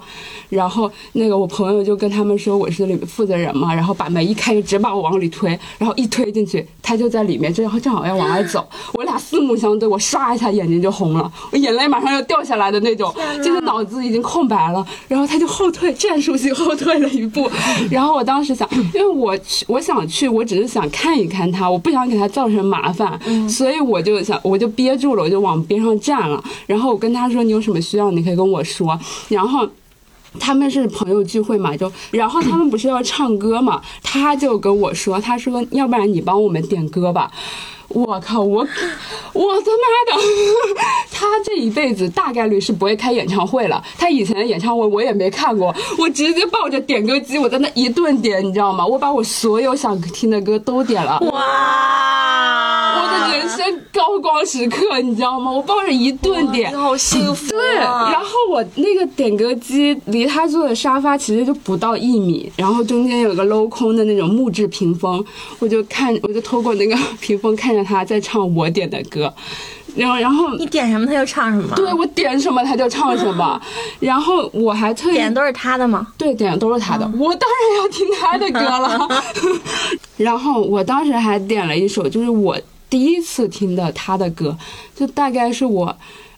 Speaker 4: 然后那个我朋友就跟他们说我是里面负责人嘛，然后把门一开，就直把我往里推，然后一推进去，他就在里面，正好正好要往外走，我俩四目相对，我唰一下眼睛就红了，我眼泪马上要掉下来的那种，就是脑子已经空白了，然后他就后退，战术性后退了一步，然后我当时想，因为我去我想去，我只是想看一看他，我不想给他造成麻烦，所以我就想我就憋住了，我就往边上站了，然后我跟他说你有什么需要你可以跟我说，然后。他们是朋友聚会嘛，就然后他们不是要唱歌嘛，他就跟我说，他说要不然你帮我们点歌吧。我靠！我我他妈的， 他这一辈子大概率是不会开演唱会了。他以前的演唱会我也没看过，我直接抱着点歌机，我在那一顿点，你知道吗？我把我所有想听的歌都点了。
Speaker 2: 哇
Speaker 4: 我的人生高光时刻，你知道吗？我抱着一顿点
Speaker 2: 你，好幸福、
Speaker 4: 对，然后我那个点歌机离他坐的沙发其实就不到一米，然后中间有个镂空的那种木质屏风，我就看，我就透过那个屏风看着他在唱我点的歌，然后然后
Speaker 5: 你点什么他就唱什么，
Speaker 4: 对我点什么他就唱什 么，然后我还特意
Speaker 5: 点的都是嗯他的吗？
Speaker 4: 对，点的都是他的，我当然要听他的歌 了。然后我当时还点了一首，就是我第一次听的他的歌，就大概是我。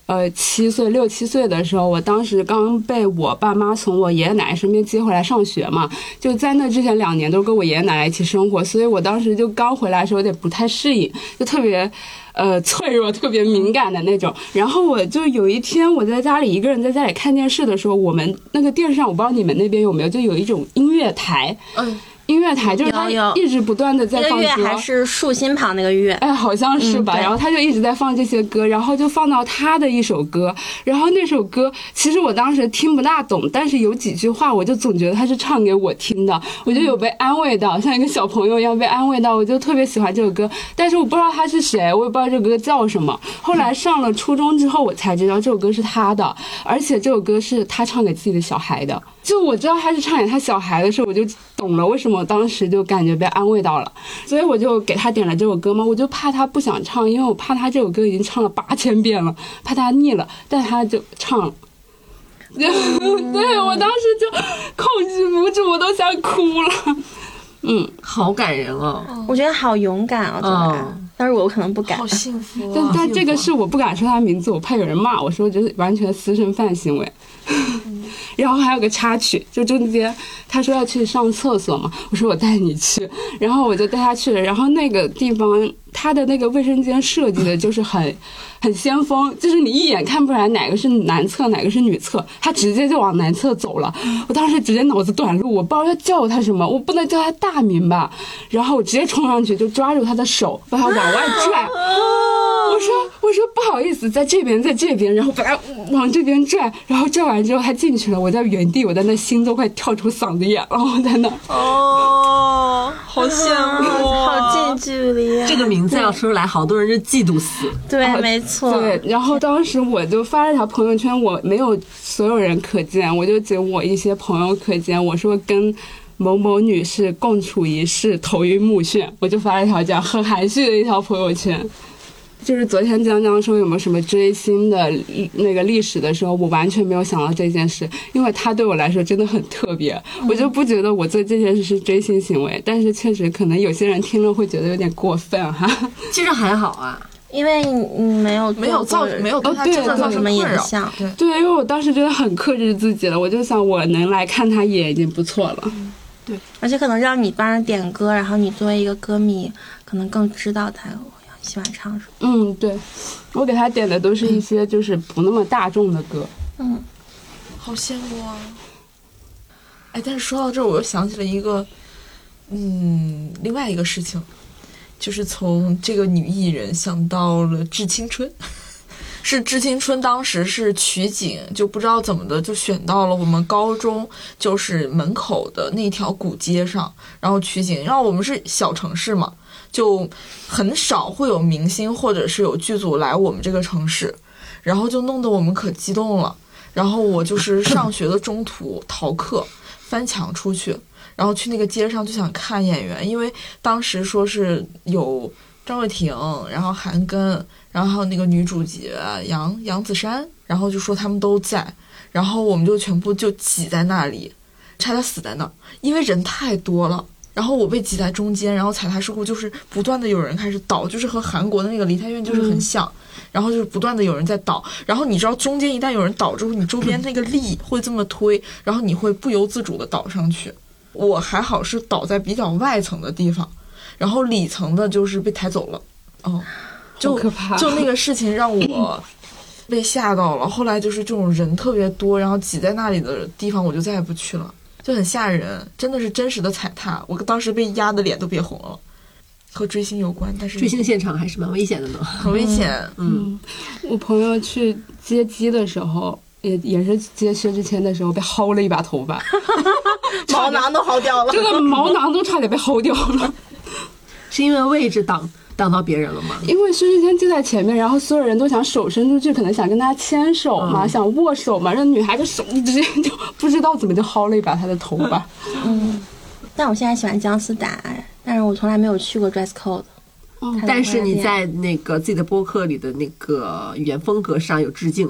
Speaker 4: 呃，七岁六七岁的时候，我当时刚被我爸妈从我爷爷奶奶身边接回来上学嘛，就在那之前两年都跟我爷爷奶奶一起生活，所以我当时就刚回来的时候有点不太适应，就特别呃脆弱、特别敏感的那种。然后我就有一天我在家里一个人在家里看电视的时候，我们那个电视上我不知道你们那边有没有，就有一种音乐台，
Speaker 2: 嗯，
Speaker 4: 音乐台就是它
Speaker 5: 有有
Speaker 4: 一直不断的在
Speaker 5: 那个
Speaker 4: 放
Speaker 5: 月
Speaker 4: 歌。
Speaker 5: 还是竖心旁那个月，
Speaker 4: 哎，好像是吧。
Speaker 5: 嗯对
Speaker 4: 然后他就一直在放这些歌，然后就放到他的一首歌，然后那首歌其实我当时听不大懂，但是有几句话我就总觉得他是唱给我听的，我就有被安慰到，像一个小朋友一样被安慰到，我就特别喜欢这首歌。但是我不知道他是谁，我也不知道这个歌叫什么。后来上了初中之后，我才知道这首歌是他的，而且这首歌是他唱给自己的小孩的。就我知道他是唱给他小孩的时候，我就懂了为什么我当时就感觉被安慰到了。所以我就给他点了这首歌嘛，我就怕他不想唱，因为我怕他这首歌已经唱了八千遍了，怕他腻了，但他就唱了。 对我当时就控制不住，我都想哭了。嗯，
Speaker 1: 好感人哦！
Speaker 3: 我觉得好勇敢啊，怎么敢？但是我可能不敢
Speaker 2: 好。幸福、
Speaker 4: 但
Speaker 2: 啊。
Speaker 4: 但这个是我不敢说他名字，我怕有人骂我说这是完全私生饭行为。 然后还有个插曲，就中间他说要去上厕所嘛，我说我带你去，然后我就带他去了。然后那个地方，他的那个卫生间设计的就是很很先锋，就是你一眼看不出来哪个是男厕，哪个是女厕，他直接就往男厕走了。我当时直接脑子短路，我不知道要叫他什么，我不能叫他大名吧，然后我直接冲上去就抓住他的手，把他往外拽。我说我说不好意思，在这边，在这边，然后把他往这边拽，然后拽完之后他进去了，我在原地，我在那心都快跳出嗓子眼了，我在那，
Speaker 2: 哦，好羡慕、
Speaker 3: 好近距离啊，
Speaker 1: 这个名字要说出来，好多人就嫉妒死。
Speaker 3: 对，没错，
Speaker 2: 嗯
Speaker 4: 对，然后当时我就发了条朋友圈，我没有所有人可见，我就仅我一些朋友可见，我说跟。某某女士共处一室，头晕目眩，我就发了一条这样很含蓄的一条朋友圈。 就是昨天江江说有没有什么追星的历那个历史的时候，我完全没有想到这件事，因为它对我来说真的很特别，
Speaker 2: 嗯
Speaker 4: 我就不觉得我做这件事是追星行为，但是确实可能有些人听了会觉得有点过分哈。
Speaker 1: 其实还好啊，
Speaker 3: 因为你你没有
Speaker 2: 没有造
Speaker 3: 做过
Speaker 2: 没有对他
Speaker 4: 哦
Speaker 2: 真
Speaker 4: 对
Speaker 2: 的造
Speaker 3: 做什
Speaker 2: 成
Speaker 3: 么
Speaker 2: 困
Speaker 3: 影
Speaker 2: 扰。
Speaker 3: 响，
Speaker 4: 对，因为我当时真的很克制自己了，我就想我能来看他一眼已经不错了。
Speaker 3: 而且可能让你帮人点歌，然后你作为一个歌迷，可能更知道他喜欢唱什么。
Speaker 4: 嗯，对，我给他点的都是一些就是不那么大众的歌。
Speaker 2: 好羡慕啊！哎，但是说到这儿，我又想起了一个，嗯，另外一个事情，就是从这个女艺人想到了《致青春》， 是《致青春》当时是取景，就不知道怎么的就选到了我们高中就是门口的那条古街上，然后取景。然后我们是小城市嘛，就很少会有明星或者是有剧组来我们这个城市，然后就弄得我们可激动了。然后我就是上学的中途逃课， 翻墙出去，然后去那个街上就想看演员，因为当时说是有张卫婷，然后韩庚，然后还有那个女主角呃杨杨子姗，然后就说他们都在，然后我们就全部就挤在那里，差点死在那儿，因为人太多了。然后我被挤在中间，然后踩踏事故就是不断的有人开始倒，就是和韩国的那个梨泰院就是很像，然后就是不断的有人在倒，然后你知道中间一旦有人倒之后，你周边那个力会这么推，然后你会不由自主的倒上去。我还好是倒在比较外层的地方，然后里层的就是被抬走了。哦，就
Speaker 4: 可 怕
Speaker 2: 就那个事情让我被吓到了。后来就是这种人特别多，然后挤在那里的地方，我就再也不去了，就很吓人，真的是真实的踩踏。我当时被压的脸都憋红了，和追星有关，但是
Speaker 1: 追星的现场还是蛮危险的呢。
Speaker 2: 很危险。
Speaker 4: 嗯，我朋友去接机的时候，也也是接薛之谦的时候被薅了一把头发，
Speaker 1: 嗯
Speaker 6: 毛囊都薅 掉了
Speaker 4: 这。个毛囊都差点被薅掉了。
Speaker 1: 是因为位置挡挡到别人了吗？
Speaker 4: 因为薛之谦就在前面，然后所有人都想手伸出去，可能想跟他牵手嘛，想握手嘛，让女孩子手直 接就不知道怎么就薅了一把他的头发。
Speaker 3: 但我现在喜欢姜思达，但是我从来没有去过 dress code。
Speaker 4: 哦
Speaker 3: 看到
Speaker 1: 但是
Speaker 3: 花
Speaker 1: 你
Speaker 3: 店
Speaker 1: 在那个自己的播客里的那个语言风格上有致敬，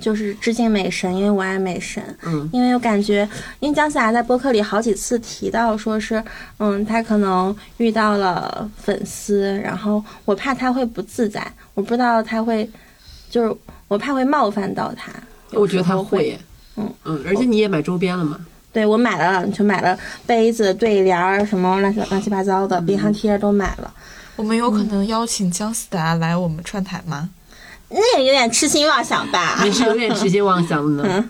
Speaker 3: 就是致敬美神，因为我爱美神。
Speaker 1: 嗯，
Speaker 3: 因为我感觉，因为姜思达在播客里好几次提到，说是，嗯，他可能遇到了粉丝，然后我怕他会不自在，我不知道他会，就是我怕会冒犯到他。
Speaker 1: 我觉得他
Speaker 3: 有时候
Speaker 1: 会
Speaker 3: 会，
Speaker 1: 耶，
Speaker 3: 嗯
Speaker 1: 嗯，而且你也买周边了嘛？
Speaker 3: 对我买了，就买了杯子、对联儿什么乱七乱七八糟的，冰箱贴都买了。
Speaker 2: 我们有可能邀请姜思达来我们串台吗？
Speaker 3: 那个有点痴心妄想吧
Speaker 1: 你是有点痴心妄想的呢。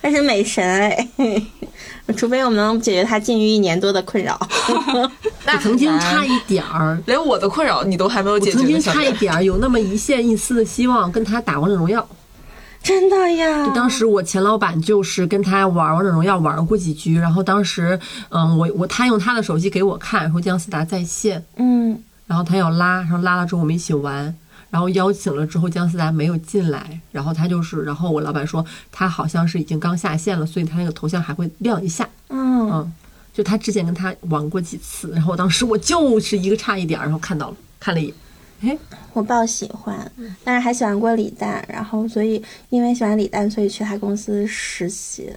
Speaker 3: 但是美神哎， 除非我们能解决他禁欲一年多的困扰。
Speaker 2: 那
Speaker 1: 我曾经
Speaker 2: 很难
Speaker 1: 差一点儿，
Speaker 2: 连我的困扰你都还没有
Speaker 1: 我
Speaker 2: 解决呢，
Speaker 1: 曾经
Speaker 2: 小
Speaker 1: 差一
Speaker 2: 姐
Speaker 1: 点儿有那么一线一丝的希望跟他打王者荣耀。
Speaker 3: 真的
Speaker 2: 嗯
Speaker 3: 呀，
Speaker 1: 当时我前老板就是跟他玩王者荣耀玩过几局，然后当时，嗯，我我他用他的手机给我看，说姜思达在线，
Speaker 3: 嗯，
Speaker 1: 然后他要拉，然后拉了之后我们一起玩，然后邀请了之后姜思达没有进来，然后他就是，然后我老板说他好像是已经刚下线了，所以他那个头像还会亮一下，
Speaker 3: 嗯，
Speaker 1: 嗯，就他之前跟他玩过几次，然后我当时我就是一个差一点儿，然后看到了，看了一眼，
Speaker 3: 我爆喜欢，但是还喜欢过李诞，然后所以因为喜欢李诞，所以去他公司实习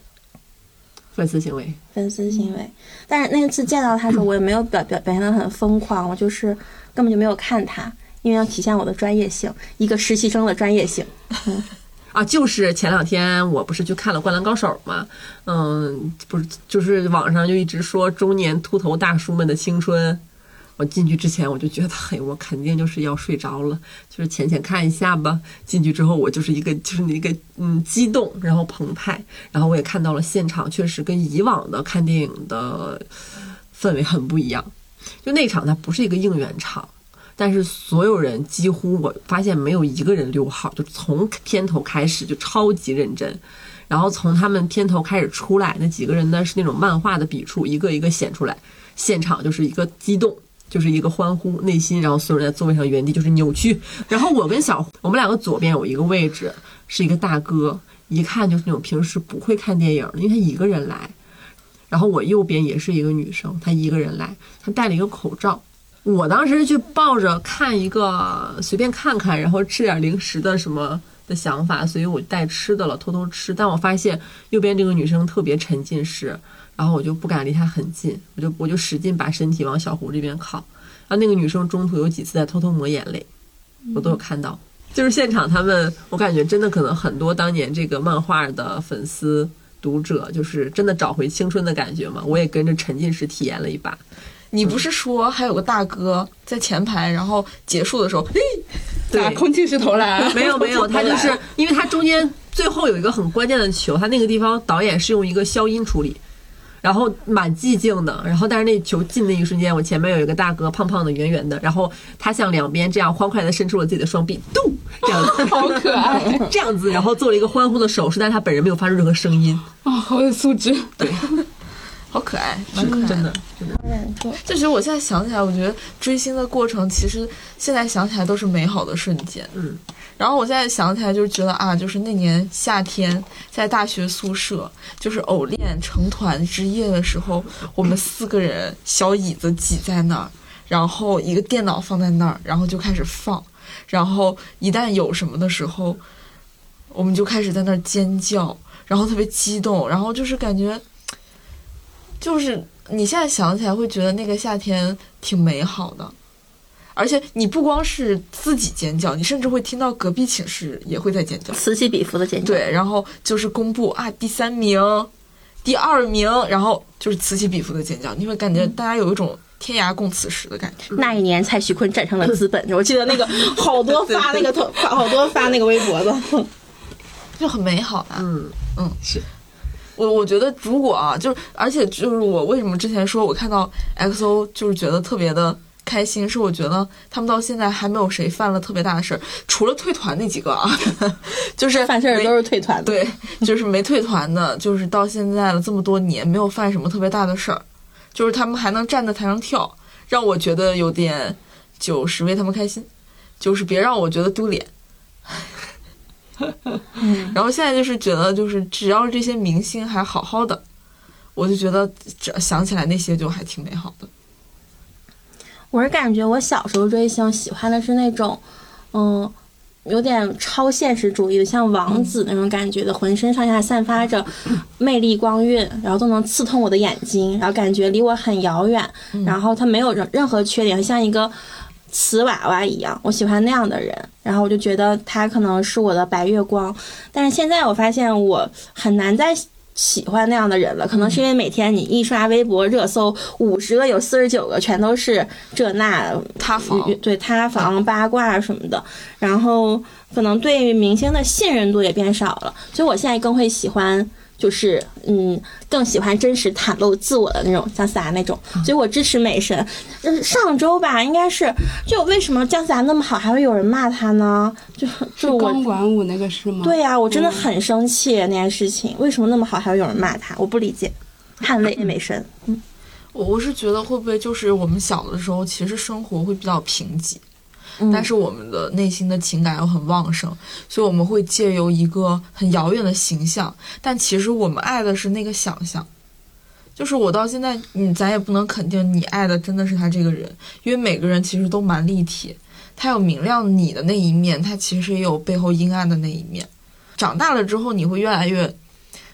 Speaker 1: 粉丝行为，
Speaker 3: 粉丝行为。但是那次见到他的时候，我也没有表表表现的很疯狂，我就是根本就没有看他，因为要体现我的专业性，一个实习生的专业性。
Speaker 1: 啊，就是前两天我不是去看了《灌篮高手》嘛，嗯，不是，就是网上就一直说中年秃头大叔们的青春。我进去之前我就觉得，嘿，我肯定就是要睡着了，就是浅浅看一下吧。进去之后，我就是一个就是一个嗯激动，然后澎湃，然后我也看到了现场，确实跟以往的看电影的氛围很不一样。就那场它不是一个应援场，但是所有人几乎我发现没有一个人溜号，就从片头开始就超级认真，然后从他们片头开始出来那几个人呢是那种漫画的笔触，一个一个显出来，现场就是一个激动。就是一个欢呼，内心，然后所有人在座位上原地就是扭曲。然后我跟小胡，我们两个左边有一个位置是一个大哥，一看就是那种平时不会看电影的，因为他一个人来。然后我右边也是一个女生，她一个人来，她戴了一个口罩。我当时去抱着看一个随便看看，然后吃点零食的什么的想法，所以我带吃的了，偷偷吃。但我发现右边这个女生特别沉浸式，然后我就不敢离她很近，我就我就使劲把身体往小胡这边靠。然后那个女生中途有几次在偷偷抹眼泪，我都有看到。就是现场他们，我感觉真的可能很多当年这个漫画的粉丝读者，就是真的找回青春的感觉嘛。我也跟着沉浸式体验了一把。
Speaker 2: 你不是说还有个大哥在前排，然后结束的时候，嘿，
Speaker 4: 打空气式投篮，
Speaker 1: 没有没有，他就是因为他中间最后有一个很关键的球，他那个地方导演是用一个消音处理，然后蛮寂静的，然后但是那球进那一瞬间，我前面有一个大哥，胖胖的圆圆的，然后他向两边这样欢快的伸出了自己的双臂，咚，这样子
Speaker 4: 好可爱
Speaker 1: 这样子，然后做了一个欢呼的手势，但是他本人没有发出任何声音，
Speaker 4: 啊，好有素质。
Speaker 2: 好可爱，蛮可爱
Speaker 1: 真的。
Speaker 2: 就其实我现在想起来，我觉得追星的过程，其实现在想起来都是美好的瞬间。
Speaker 1: 嗯，
Speaker 2: 然后我现在想起来，就是觉得啊，就是那年夏天在大学宿舍，就是偶练成团之夜的时候，我们四个人小椅子挤在那儿。然后一个电脑放在那儿，然后就开始放，然后一旦有什么的时候，我们就开始在那儿尖叫，然后特别激动，然后就是感觉，就是你现在想起来会觉得那个夏天挺美好的。而且你不光是自己尖叫，你甚至会听到隔壁寝室也会在尖叫。
Speaker 3: 此起彼伏的尖叫。
Speaker 2: 对，然后就是公布啊第三名、第二名，然后就是此起彼伏的尖叫，你会感觉大家有一种天涯共此时的感觉。
Speaker 3: 那一年，蔡徐坤战胜了资本。 我记得那个，
Speaker 7: 好多发那个头，发好多发那个微博的。
Speaker 2: 就很美好啊。
Speaker 1: 嗯
Speaker 2: 嗯
Speaker 1: 是，
Speaker 2: 我我觉得如果啊，就是而且就是我为什么之前说我看到 XO 就是觉得特别的开心，是我觉得他们到现在还没有谁犯了特别大的事儿，除了退团那几个啊， 就是
Speaker 7: 犯事儿
Speaker 2: 没
Speaker 7: 都是退团的，
Speaker 2: 对，就是没退团的，就是到现在了这么多年没有犯什么特别大的事儿，就是他们还能站在台上跳，让我觉得有点就是为他们开心，就是别让我觉得丢脸。然后现在就是觉得，就是只要这些明星还好好的，我就觉得这想起来那些就还挺美好的。
Speaker 3: 我是感觉我小时候追星喜欢的是那种，嗯，有点超现实主义的，像王子那种感觉的，浑身上下散发着魅力光晕，然后都能刺痛我的眼睛，然后感觉离我很遥远，然后他没有任任何缺点，像一个。瓷娃娃一样，我喜欢那样的人，然后我就觉得他可能是我的白月光，但是现在我发现我很难再喜欢那样的人了，可能是因为每天你一刷微博热搜，五十个有四十九个全都是这那
Speaker 2: 塌房
Speaker 3: 与对塌房八卦什么的，然后可能对明星的信任度也变少了，所以我现在更会喜欢。就是嗯，更喜欢真实袒露自我的那种，像撒那种，所以我支持美神。呃上周吧，应该是就为什么姜思达那么好，还会有人骂他呢？就 就是嗯我
Speaker 4: 钢管舞那个是吗？
Speaker 3: 对呀、我真的很生气那件事情，为什么那么好还会有人骂他？我不理解。捍卫美神，
Speaker 2: 我我是觉得会不会就是我们小的时候，其实生活会比较贫瘠，
Speaker 3: 嗯
Speaker 2: 但是我们的内心的情感又很旺盛，所以我们会借由一个很遥远的形象，但其实我们爱的是那个想象。就是我到现在，你咱也不能肯定你爱的真的是他这个人，因为每个人其实都蛮立体，他有明亮你的那一面，他其实也有背后阴暗的那一面。长大了之后，你会越来越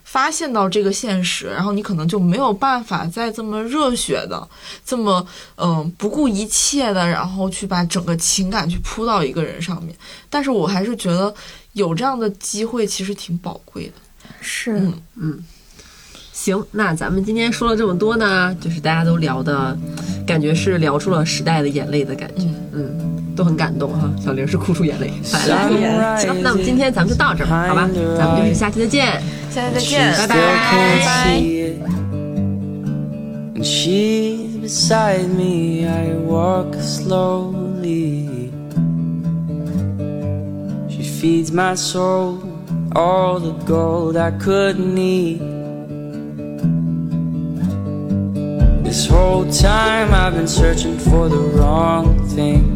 Speaker 2: 发现到这个现实，然后你可能就没有办法再这么热血的、这么嗯、不顾一切的，然后去把整个情感去扑到一个人上面。但是我还是觉得有这样的机会其实挺宝贵的。
Speaker 3: 是
Speaker 2: 嗯
Speaker 1: 行，那咱们今天说了这么多呢，就是大家都聊的，感觉是聊出了时代的眼泪的感觉，嗯，都很感动哈。小玲是啊哭出眼泪来了。行，那我们今天咱们就到这儿吧，好吧？咱们就是下期再见。
Speaker 2: 下期再见，
Speaker 1: 拜
Speaker 8: still can't see it. And she's beside me, I walk slowly. She feeds my soul all the gold I could need. This whole time I've been searching for the wrong thing.